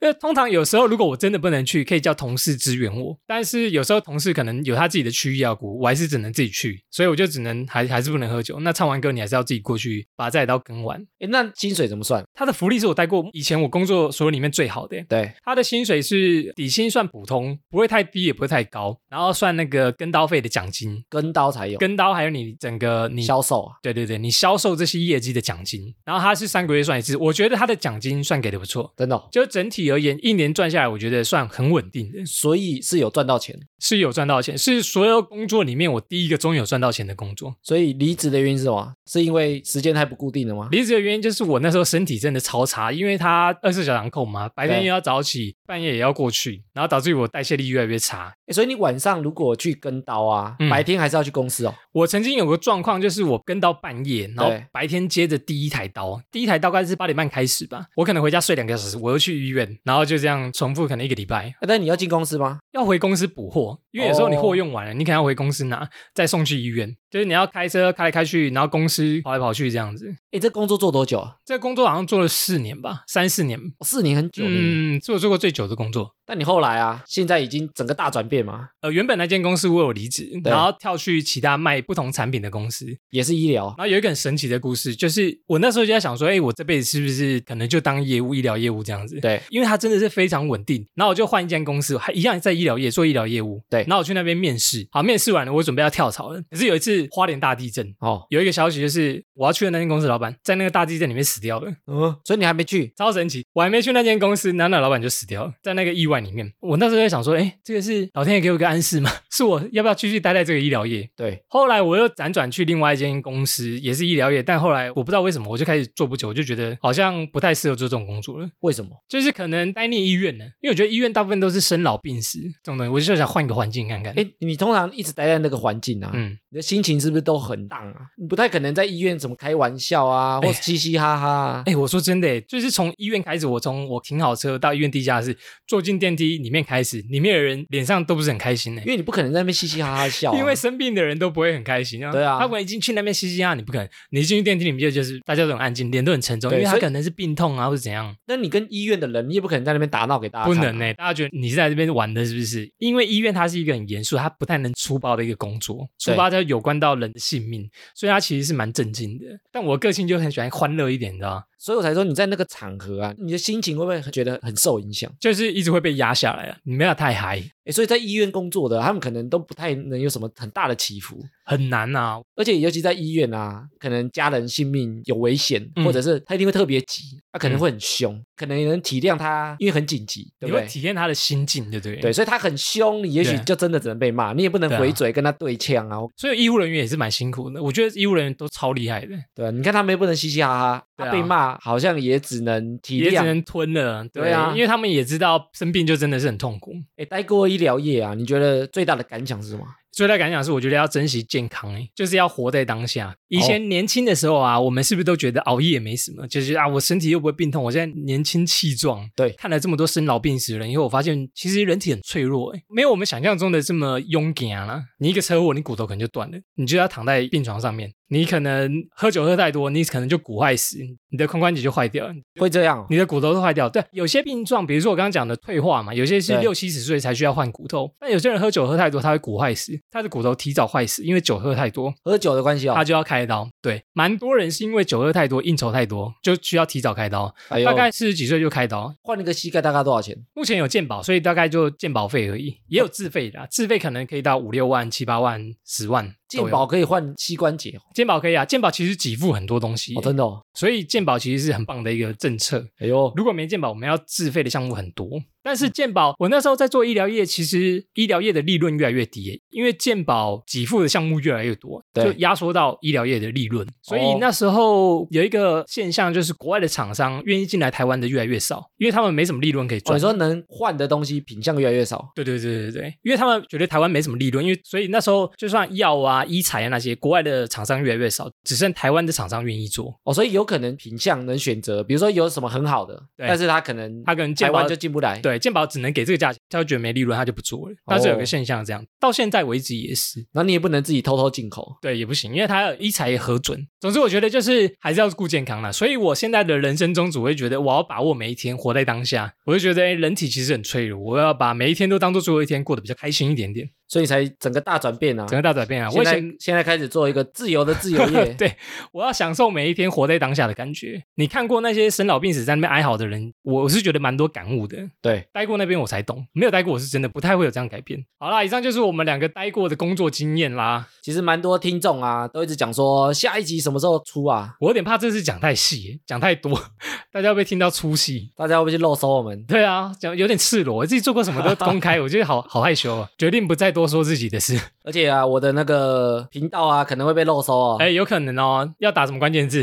因为通常有时候如果我真的不能去，可以叫同事支援我，但是有时候同事可能有他自己的区域要顾，我还是只能自己去，所以我就只能还还是不能喝酒。那唱完歌你还是要自己过去把这台刀跟完。
哎，那薪水怎么算？
他的福利是我待过以前我工作所有里面最好的欸，
对，
他的薪水是底薪算普通，不会太低，也不会太高，然后算那个跟刀费的奖金，
跟刀才有，
跟刀还有你整个你
销售啊。
对对对，你销售这些业绩的奖金，然后他是三个月算一次，我觉得他的奖金算给的不错。
真的哦
就整体体而言，一年赚下来，我觉得算很稳定的，
所以是有赚到钱。
是有赚到钱，是所有工作里面我第一个终于有赚到钱的工作。
所以离职的原因是什么？啊是因为时间太不固定了吗？
离职的原因就是我那时候身体真的超差，因为他二十四小时航空嘛，白天
对
又要早起，半夜也要过去，然后导致于我代谢力越来越差。
诶所以你晚上如果去跟刀啊，
嗯
白天还是要去公司哦。
我曾经有个状况，就是我跟到半夜，然后白天接着第一台刀，第一台刀大概是八点半开始吧，我可能回家睡两个小时，我又去医院，然后就这样重复可能一个礼拜，
诶但你要进公司吗？
要回公司补货，因为有时候你
哦
货用完了，你可能要回公司拿，再送去医院，就是你要开车开来开去，然后公司跑来跑去这样子。
哎，这工作做多久啊？
这个工作好像做了四年吧，三四年，
哦四年很久呢。
嗯，是我做过最久的工作。
但你后来啊，现在已经整个大转变嘛，
呃，原本那间公司我有离职，
对
然后跳去其他卖不同产品的公司，
也是医疗
然。后有一个很神奇的故事，就是我那时候就在想说，哎，我这辈子是不是可能就当业务、医疗业务这样子？
对，
因为它真的是非常稳定。然后我就换一间公司，还一样在医疗业做医疗业务。
对
然后我去那边面试，好，面试完了，我准备要跳槽了。可是有一次花莲大地震，
哦，
有一个消息就是我要去的那间公司老板在那个大地震里面死掉了，
嗯，所以你还没去，
超神奇！我还没去那间公司，然后那老板就死掉了，在那个意外里面。我那时候在想说，哎，这个是老天爷给我一个暗示吗？ 是我要不要继续待在这个医疗业？
对，
后来我又辗转去另外一间公司，也是医疗业，但后来我不知道为什么，我就开始做不久，我就觉得好像不太适合做这种工作了，
为什么？
就是可能待念医院呢，因为我觉得医院大部分都是生老病死这种东西，我就想换一个环境看看。
哎，你通常一直待在那个环境啊，
嗯，
你的心情是不是都很荡啊？你不太可能在医院怎么开玩笑啊，或
哎
是嘻嘻哈哈啊。
哎，我说真的，就是从医院开始，我从我停好车到医院地下室，坐进电梯里面开始，里面的人脸上都不是很开心呢
因。为你不可能在那边嘻嘻哈哈笑 啊、
因为生病的人都不会很开心啊，
对啊
他可能一进去那边嘻嘻哈哈，你不可能，你一进去电梯里面就是大家都很安静，脸都很沉重，因
对
为他
所以
可能是病痛啊或者怎样。
那你跟医院的人，你也不可能在那边打闹给大家
不
看啊、
能欸呢、大家觉得你是在这边玩的，是不是？因为医院它是一个很严肃，它不太能粗暴的一个工作，粗
对
暴它有关到人的性命，所以它其实是蛮震惊的。但我个性就很喜欢欢乐一点，你知道吗？
所以我才说你在那个场合啊，你的心情会不会很觉得很受影响？
就是一直会被压下来啊，你没有太嗨，
诶，所以在医院工作的，他们可能都不太能有什么很大的起伏，
很难啊。
而且尤其在医院啊，可能家人性命有危险，
嗯
或者是他一定会特别急，他可能会很凶，可能也能体谅他，因为很紧急，对
你
不
会
对？
体验他的心境，对不对？
对，，所以他很凶，你也许
对
就真的只能被骂，你也不能
对啊
回嘴跟他对呛啊，
所以医护人员也是蛮辛苦的。我觉得医护人员都超厉害的，
对啊你看他们也不能嘻嘻哈哈，
对啊
他被骂好像也只能体
也只
谅，
能吞了。
对啊
因为他们也知道生病就真的是很痛苦。
哎，待过医疗业啊，你觉得最大的感想是什么？
最大感想是，我觉得要珍惜健康、欸，就是要活在当下。以前年轻的时候啊，我们是不是都觉得熬夜没什么？就是啊，我身体又不会病痛，我现在年轻气壮。
对
看了这么多生老病死的人以后，我发现其实人体很脆弱、欸，没有我们想象中的这么勇敢啦。你一个车祸，你骨头可能就断了，你就要躺在病床上面。你可能喝酒喝太多，你可能就骨坏死，你的髋关节就坏掉了，
会这样哦、
你的骨头都坏掉。对，有些病状，比如说我刚刚讲的退化嘛，有些是
对
六七十岁才需要换骨头，但有些人喝酒喝太多，他会骨坏死，他的骨头提早坏死，因为酒喝太多，
喝酒的关系哦
他，就要开刀。对，蛮多人是因为酒喝太多，应酬太多，就需要提早开刀，
哎呦
大概四十几岁就开刀。
换一个膝盖大概多少钱？
目前有健保，所以大概就健保费而已，也有自费的啊、自费可能可以到五六万、七八万、十万都有。
健保可以换膝关节哦，
健保可以啊，健保其实给付很多东西耶，
哦真的哦，
所以健保其实是很棒的一个政策。
哎呦，
如果没健保，我们要自费的项目很多。但
嗯
是健保，我那时候在做医疗业，其实医疗业的利润越来越低耶，因为健保给付的项目越来越多，
对哦
就压缩到医疗业的利润。所以那时候有一个现象，就是国外的厂商愿意进来台湾的越来越少，因为他们没什么利润可以
哦
赚。
你说能换的东西品相越来越少，
对对对对对，因为他们觉得台湾没什么利润，因为所以那时候就算药啊、医材啊那些，国外的厂商越来越少，只剩台湾的厂商愿意做。
哦，所以有可能品相能选择，比如说有什么很好的，
对
但是他可能
他可能健
台
保
湾就进不来，，
对，健保只能给这个价钱，他就觉得没利润，他就不做了。但
哦
是有个现象这样，到现在为止也是，
然后你也不能自己偷偷进口，
对，也不行，因为他有医材也核准。总之，我觉得就是还是要顾健康啦。所以我现在的人生宗旨，我会觉得我要把握每一天，活在当下。我就觉得，哎，人体其实很脆弱，我要把每一天都当做最后一天，过得比较开心一点点。
所以才整个大转变啊。
整个大转变啊！我
现
以
在
前
现在开始做一个自由的自由业，
对我要享受每一天活在当下的感觉。你看过那些生老病死在那边哀嚎的人，我是觉得蛮多感悟的。
对，
待过那边我才懂，没有待过我是真的不太会有这样改变。好啦，以上就是我们两个待过的工作经验啦。
其实蛮多听众啊都一直讲说下一集什么时候出啊，
我有点怕这次讲太细耶，讲太多， 大家会不会听到粗细。
大家会不会去漏搜我们？
对啊，讲有点赤裸，我自己做过什么都公 开，我觉得好好害羞啊，决定不再多说自己的事。
而且啊，我的那个频道啊可能会被漏搜哦。
哎、有可能哦，要打什么关键 字？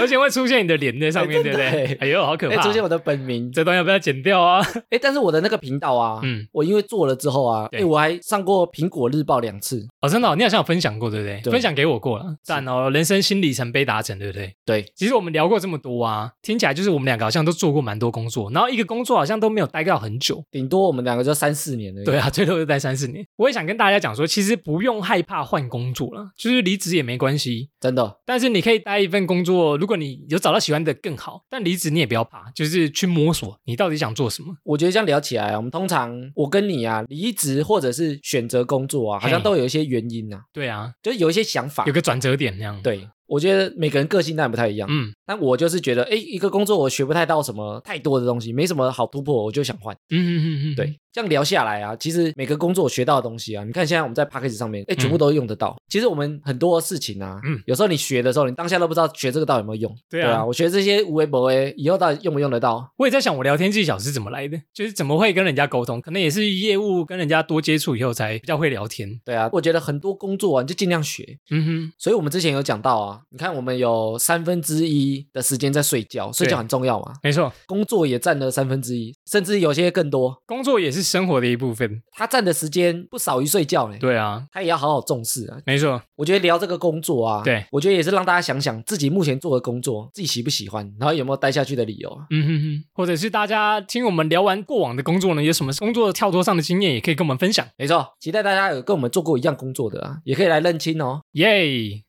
而且会出现你的脸在上面，
哎
对
真
不
的
对
哎？
哎呦，好可
哎
怕！
出现我的本名，
这段要不要剪掉啊？
哎，但是我的那个频道啊，
嗯，
我因为做了之后啊，
对
哎，我还上过苹果日报两次，
哦，真的哦、你好像有分享过，对不对？
对
分享给我过了，赞哦，人生新里程碑达成，对不对？
对，
其实我们聊过这么多啊，听起来就是我们两个好像都做过蛮多工作，然后一个工作好像都没有待到很久。
顶多我们两个就三四年而已。
对啊，最多就待三四年。我也想跟大家讲说，其实不用害怕换工作了，就是离职也没关系。
真的，
但是你可以待一份工作，如果你有找到喜欢的更好，但离职你也不要怕，就是去摸索你到底想做什么。
我觉得这样聊起来啊，我们通常我跟你啊，离职或者是选择工作啊，好像
嘿
都有一些原因啊，
对啊，
就是有一些想法
有。个转折点那样。，
对，我觉得每个人个性当然不太一样，
嗯
但我就是觉得，哎，一个工作我学不太到什么太多的东西，没什么好突破，我就想换。
嗯嗯嗯嗯，
对，这样聊下来啊，其实每个工作学到的东西啊，你看现在我们在 p a c k a g e 上面，哎，全部都用得到。其实我们很多事情啊，
嗯
有时候你学的时候，你当下都不知道学这个到底有没有用。
对啊
啊，我学这些无为不为，以后到底用不用得到？
我也在想，我聊天技巧是怎么来的，就是怎么会跟人家沟通，可能也是业务跟人家多接触以后才比较会聊天。
对啊，我觉得很多工作啊，你就尽量学。
嗯
所以我们之前有讲到啊，你看我们有三分之一的时间在睡觉，睡觉很重要嘛
哼，，没错，
工作也占了三分之一，甚至有些更多。
工作也是生活的一部分。
他占的时间不少于睡觉呢，
对啊，
他也要好好重视啊。
没错，
我觉得聊这个工作啊，
对
我觉得也是让大家想想自己目前做的工作，自己喜不喜欢，然后有没有待下去的理由啊。
嗯哼哼，或者是大家听我们聊完过往的工作呢，有什么工作跳脱上的经验，也可以跟我们分享。
没错，期待大家有跟我们做过一样工作的啊，也可以来认亲哦。
耶、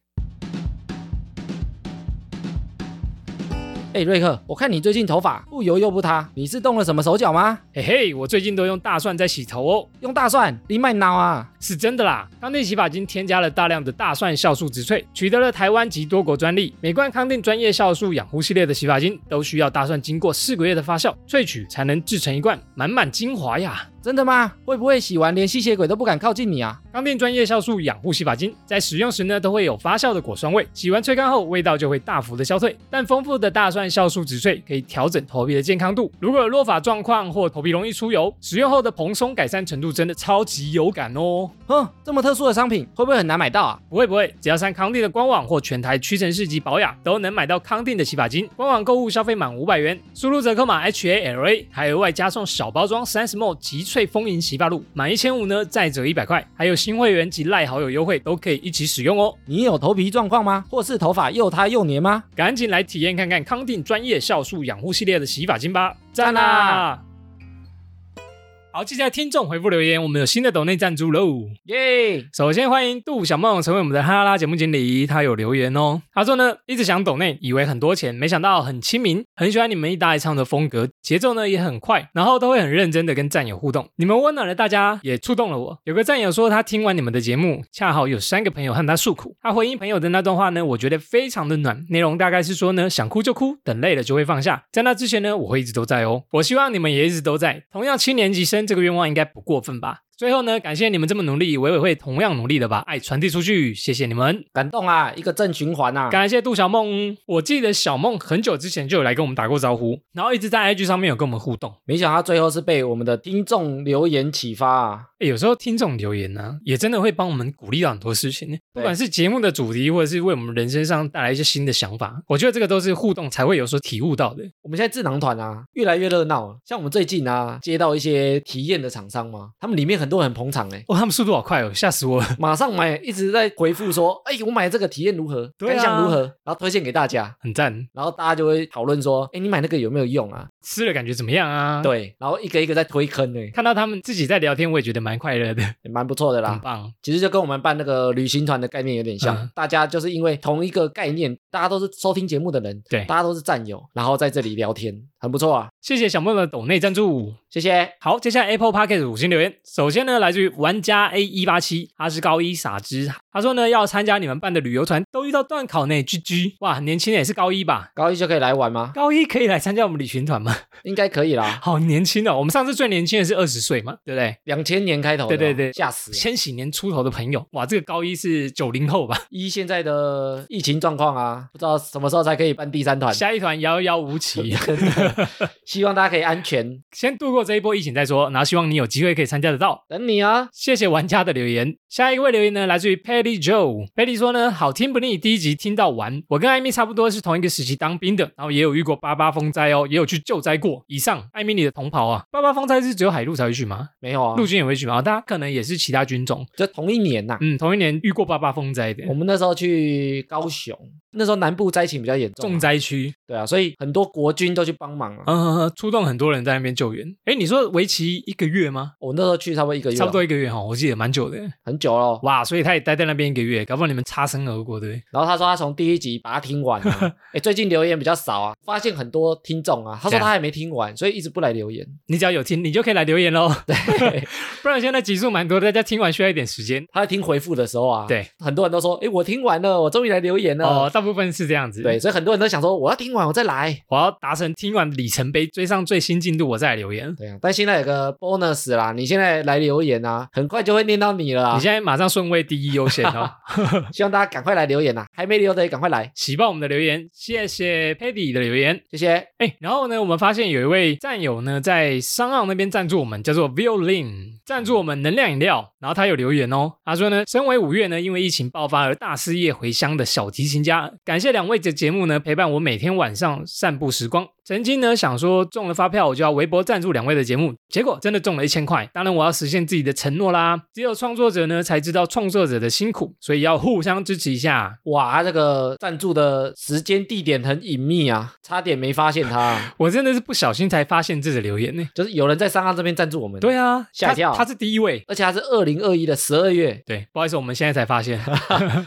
哎，瑞克，我看你最近头发不油又不塌，你是动了什么手脚吗？
嘿嘿，我最近都用大蒜在洗头哦。
用大蒜，你卖脑啊！
是真的啦！康定洗发精添加了大量的大蒜酵素植萃，取得了台湾及多国专利。每罐康定专业酵素养护系列的洗发精都需要大蒜经过四个月的发酵萃取，才能制成一罐满满精华呀！
真的吗？会不会洗完连吸血鬼都不敢靠近你啊？
康定专业酵素养护洗发精在使用时呢，都会有发酵的果酸味，洗完吹干后味道就会大幅的消退。但丰富的大蒜酵素植萃可以调整头皮的健康度，如果有落发状况或头皮容易出油，使用后的蓬松改善程度真的超级有感哦！
哼，这么特殊的商品会不会很难买到啊？
不会不会，只要上康定的官网或全台屈臣氏及宝雅都能买到康定的洗发精。官网购物消费满五百元，输入折扣码 H A L A，还额外加送小包装三十 ml 极萃丰盈洗发露，满一千五呢再折一百块。还有新会员及赖好友优惠都可以一起使用哦。
你有头皮状况吗？或是头发又塌又黏吗？
赶紧来体验看看康定专业酵素养护系列的洗发精吧，赞
赞
啦！
啦
好，接下来听众回复留言，我们有新的抖内赞助喽。
耶、
首先欢迎杜小梦成为我们的哈拉拉节目经理，他有留言哦。他说呢，一直想抖内，以为很多钱，没想到很亲民，很喜欢你们一搭一唱的风格，节奏呢也很快，然后都会很认真的跟战友互动，你们温暖了大家，也触动了我。有个战友说他听完你们的节目，恰好有三个朋友和他诉苦，他回应朋友的那段话呢，我觉得非常的暖，内容大概是说呢，想哭就哭，等累了就会放下。在那之前呢，我会一直都在哦，我希望你们也一直都在。同样七年级生这个愿望应该不过分吧？最后呢，感谢你们这么努力，委委会同样努力的把爱传递出去，谢谢你们。
感动啊，一个正循环啊。
感谢杜小梦，我记得小梦很久之前就有来跟我们打过招呼，然后一直在 IG 上面有跟我们互动。
没想到最后是被我们的听众留言启发啊！
诶有时候听众留言呢、也真的会帮我们鼓励到很多事情，不管是节目的主题，或者是为我们人生上带来一些新的想法。我觉得这个都是互动才会有所体悟到的。
我们现在智囊团啊，越来越热闹了。像我们最近啊，接到一些体验的厂商嘛，他们里面很多人很捧场 哎、
哦，他们速度好快哦，吓死我了，
马上买，一直在回复说，哎、我买这个体验如何，
对啊
感想如何，然后推荐给大家，
很赞。
然后大家就会讨论说，哎、你买那个有没有用啊？
吃了感觉怎么样啊？，
对，然后一个一个在推坑呢、
看到他们自己在聊天，我也觉得蛮快乐的，
也蛮不错的
很
啦。
棒。
其实就跟我们办那个旅行团的概念有点像，
嗯
大家就是因为同一个概念，大家都是收听节目的人，
对
大家都是战友，然后在这里聊天，很不错啊，
谢谢小梦的抖内赞助。
谢谢。
好，接下来 Apple Podcast 五星留言，首先呢，来自于玩家 A 一八七，他是高一傻子，他说呢要参加你们办的旅游团，都遇到断考呢，GG！哇，年轻人也是高一吧？
高一就可以来玩吗？
高一可以来参加我们旅行团吗？
应该可以啦，
好年轻哦，我们上次最年轻的是二十岁嘛，对不对？
两千年开头的哦，
对对对
吓死了！
千禧年出头的朋友，哇，这个高一是九零后吧？
依现在的疫情状况啊，不知道什么时候才可以办第三团，
下一团遥遥无期，
希望大家可以安全，
先度过这一波疫情再说，然后希望你有机会可以参加得到。
等你啊！
谢谢玩家的留言。下一位留言呢，来自于 Patty Joe。Patty 说呢，好听不腻，第一集听到完。我跟艾米差不多是同一个时期当兵的，然后也有遇过八八风灾哦，也有去救灾过。以上，艾米你的同袍啊，八八风灾是只有海陆才会去吗？
没有啊
陆，军也会去吗？哦大家可能也是其他军种。
就同一年呐、
嗯，同一年遇过八八风灾的
我们那时候去高雄，那时候南部灾情比较严重啊、
重灾区，
对啊，所以很多国军都去帮忙啊。
嗯，出动很多人在那边救援。哎，你说为期一个月吗？
我那时候去差不多一个月了，
差
啊
不多一个月哈，我记得蛮久的。
很久了。
哇，所以他也待在那边一个月，搞不好你们擦身而过，对不对？
然后他说他从第一集把它听完、 啊，哎，最近留言比较少啊，发现很多听众啊，他
这
说
样
他还没听完，所以一直不来留 言。
你只要有听，你就可以来留言喽。
对，
不然现在集数蛮多，大家听完需要一点时间。
他在听回复的时候啊，
对，
很多人都说，哎，我听完了，我终于来留言了。
哦，大部分是这样子。
对，，所以很多人都想说，我要听完我再来。
我要达成听完里程碑，追上最新进度，我再来留言。
对啊，但现在有个 bonus 啦，你现在来留言啊，很快就会念到你了、啊
你。现在马上顺位第一优先哦，
希望大家赶快来留言啊，还没留的也赶快来，
喜报我们的留言，谢谢 Paddy 的留言。
谢谢。
哎，然后呢，我们发现有一位战友呢在商岸那边赞助我们，叫做 Violin，赞助我们能量饮料。然后他有留言哦，他说呢，身为五月呢因为疫情爆发而大失业回乡的小提琴家，感谢两位的节目呢陪伴我每天晚上散步时光。曾经呢想说中了发票我就要微博赞助两位的节目，结果真的中了一千块。当然我要实现自己的承诺啦，只有创作者呢才知道创作者的辛苦，所以要互相支持一下。
哇，这个赞助的时间地点很隐秘啊，差点没发现他啊、
我真的是不小心才发现这个留言呢。
就是有人在商岸这边赞助我们。
对啊，
吓一跳
他，他是第一位。
而且还是二零二一的十二月，
对，不好意思，我们现在才发 现，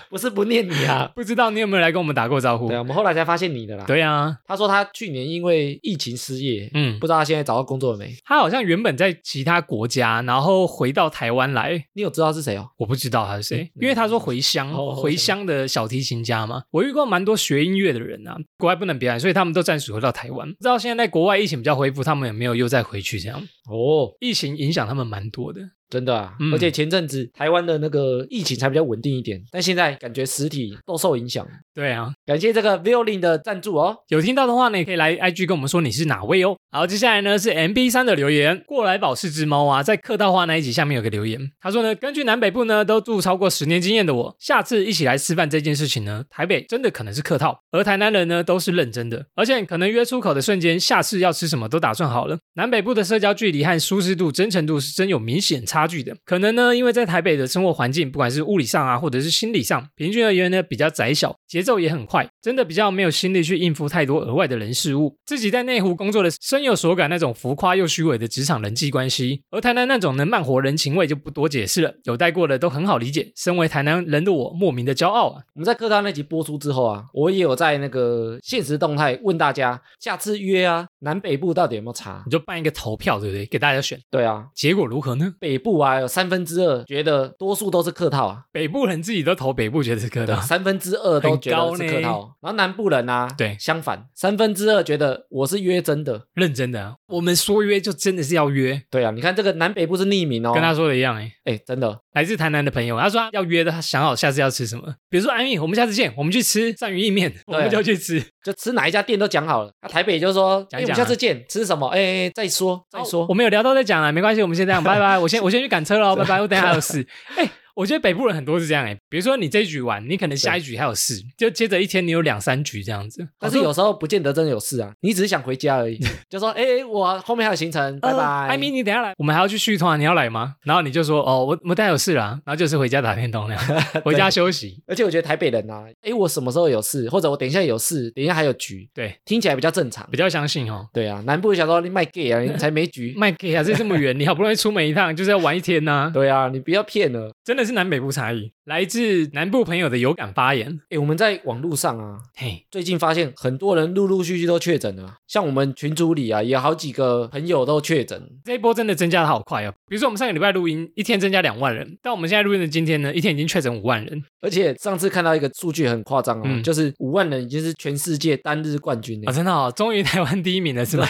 不是不念你 啊。
不知道你有没有来跟我们打过招呼
对啊，？我们后来才发现你的啦。，
对啊，
他说他去年因为疫情失业，
嗯
不，知道他现在找到工作了没？
他好像原本在其他国家，然后回到台湾来。
你有知道是谁哦？
我不知道他是谁，
嗯
因为他说回乡，
哦
回乡的小提琴家嘛。我遇过蛮多学音乐的人啊，国外不能表演，所以他们都暂时回到台湾。不知道现在国外疫情比较恢复，他们有没有又再回去这样？
哦，
疫情影响他们蛮多的。
真的啊！
嗯
而且前阵子台湾的那个疫情才比较稳定一点，但现在感觉实体都受影响。
对啊，
感谢这个 Violin 的赞助哦。
有听到的话呢，也可以来 IG 跟我们说你是哪位哦。好，接下来呢是 MB 三的留言，过来宝是只猫啊，在客套话那一集下面有个留言，他说呢，根据南北部呢都住超过十年经验的我，下次一起来吃饭这件事情呢，台北真的可能是客套，而台南人呢都是认真的，而且可能约出口的瞬间，下次要吃什么都打算好了。南北部的社交距离和舒适度、真诚度是真有明显差距的，可能呢因为在台北的生活环境，不管是物理上啊，或者是心理上，平均而言呢比较窄小，节奏也很快，真的比较没有心力去应付太多额外的人事物。自己在内湖工作的深有所感，那种浮夸又虚伪的职场人际关系，而台南那种能慢活人情味就不多解释了，有待过的都很好理解。身为台南人的我，莫名的骄傲啊！
我们在客套那集播出之后啊，我也有在那个现实动态问大家，下次约啊，南北部到底有没有差
你？就办一个投票，对不对？给大家选，
对啊，
结果如何呢？
北部啊有三分之二觉得多数都是客套啊，
北部人自己都投北部，觉得是客套。
三分之二都觉得
啊很高
是
呢
客套，然后南部人啊，
对
相反，三分之二觉得我是约真的。
认真的啊、我们说约就真的是要约，
对啊，你看这个南北部是匿名哦，
跟他说的一样哎、
哎真的
来自台南的朋友，他说他要约的，他想好下次要吃什么。比如说安逸，我们下次见，我们去吃鳝鱼意面，我们就去吃。
就吃哪一家店都讲好了，那、台北就说，
讲
哎、
一
我
讲啊哦
们下次见，吃什么？哎、哎再说再说。
我们有聊到再讲啊，没关系，我们先 这样，拜拜。我先我先去赶车了哦，拜拜。我等一下还有事。哎、我觉得北部人很多是这样哎、比如说你这一局完，你可能下一局还有事，就接着一天你有两三局这样子。
但是有时候不见得真的有事啊，你只是想回家 而已，就说哎、哎我后面还有行程，拜拜。
呃艾米，你等一下来，我们还要去续啊团，你要来吗？然后你就说哦，我我等一下有事啦，然后就是回家打电动那 样，回家休息。
而且我觉得台北人啊，哎、我什么时候有事，或者我等一下有事，等一下还有局，
对，
听起来比较正常
比。较相信哦。
对啊，南部想说你卖 gay 啊，你才没局。
麦克还是这么远，你好不容易出门一趟，就是要玩一天呐、
对啊，你不要骗了。
真的是南北部差异，来自南部朋友的有感发言。
哎、我们在网络上啊，
嘿，
最近发现很多人陆陆续续都确诊了，像我们群组里啊，也有好几个朋友都确诊。
这一波真的增加的好快哦。比如说我们上个礼拜录音，一天增加两万人，但我们现在录音的今天呢，一天已经确诊五万人
而且上次看到一个数据很夸张哦，
嗯
就是五万人已经是全世界单日冠军
啊、
了。
真的哦，终于台湾第一名了 是吧？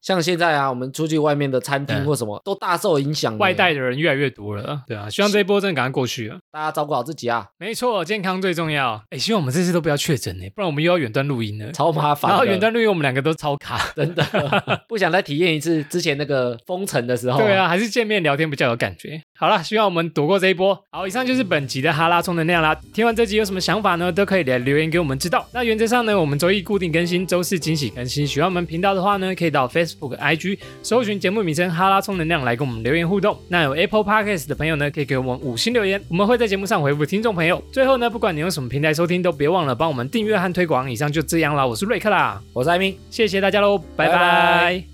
像现在啊，我们出去外面的餐厅
嗯
或什么、都大受影响呢，
外带的人越来越多了，对啊，希望这一波真的赶快过去了。啊
大家照顾好自己啊，
没错，健康最重要。哎，希望我们这次都不要确诊哎，不然我们又要远端录音了。
超麻烦的。
然后远端录音，我们两个都超卡。
真的不想再体验一次之前那个封城的时候、
对，啊，还是见面聊天比较有感觉。好啦，希望我们躲过这一波。好，以上就是本集的哈拉充能量啦。听完这集有什么想法呢？都可以来留言给我们知道。那原则上呢，我们周一固定更新，周四惊喜更新。喜欢我们频道的话呢，可以到 Facebook、IG 搜寻节目名称“哈拉充能量”来跟我们留言互动。那有 Apple Podcast 的朋友呢，可以给我们五星留言，我们会在节目上回复听众朋友。最后呢，不管你用什么平台收听，都别忘了帮我们订阅和推广。以上就这样啦，我是瑞克啦，
我是艾明。
谢谢大家喽，拜
拜
拜
拜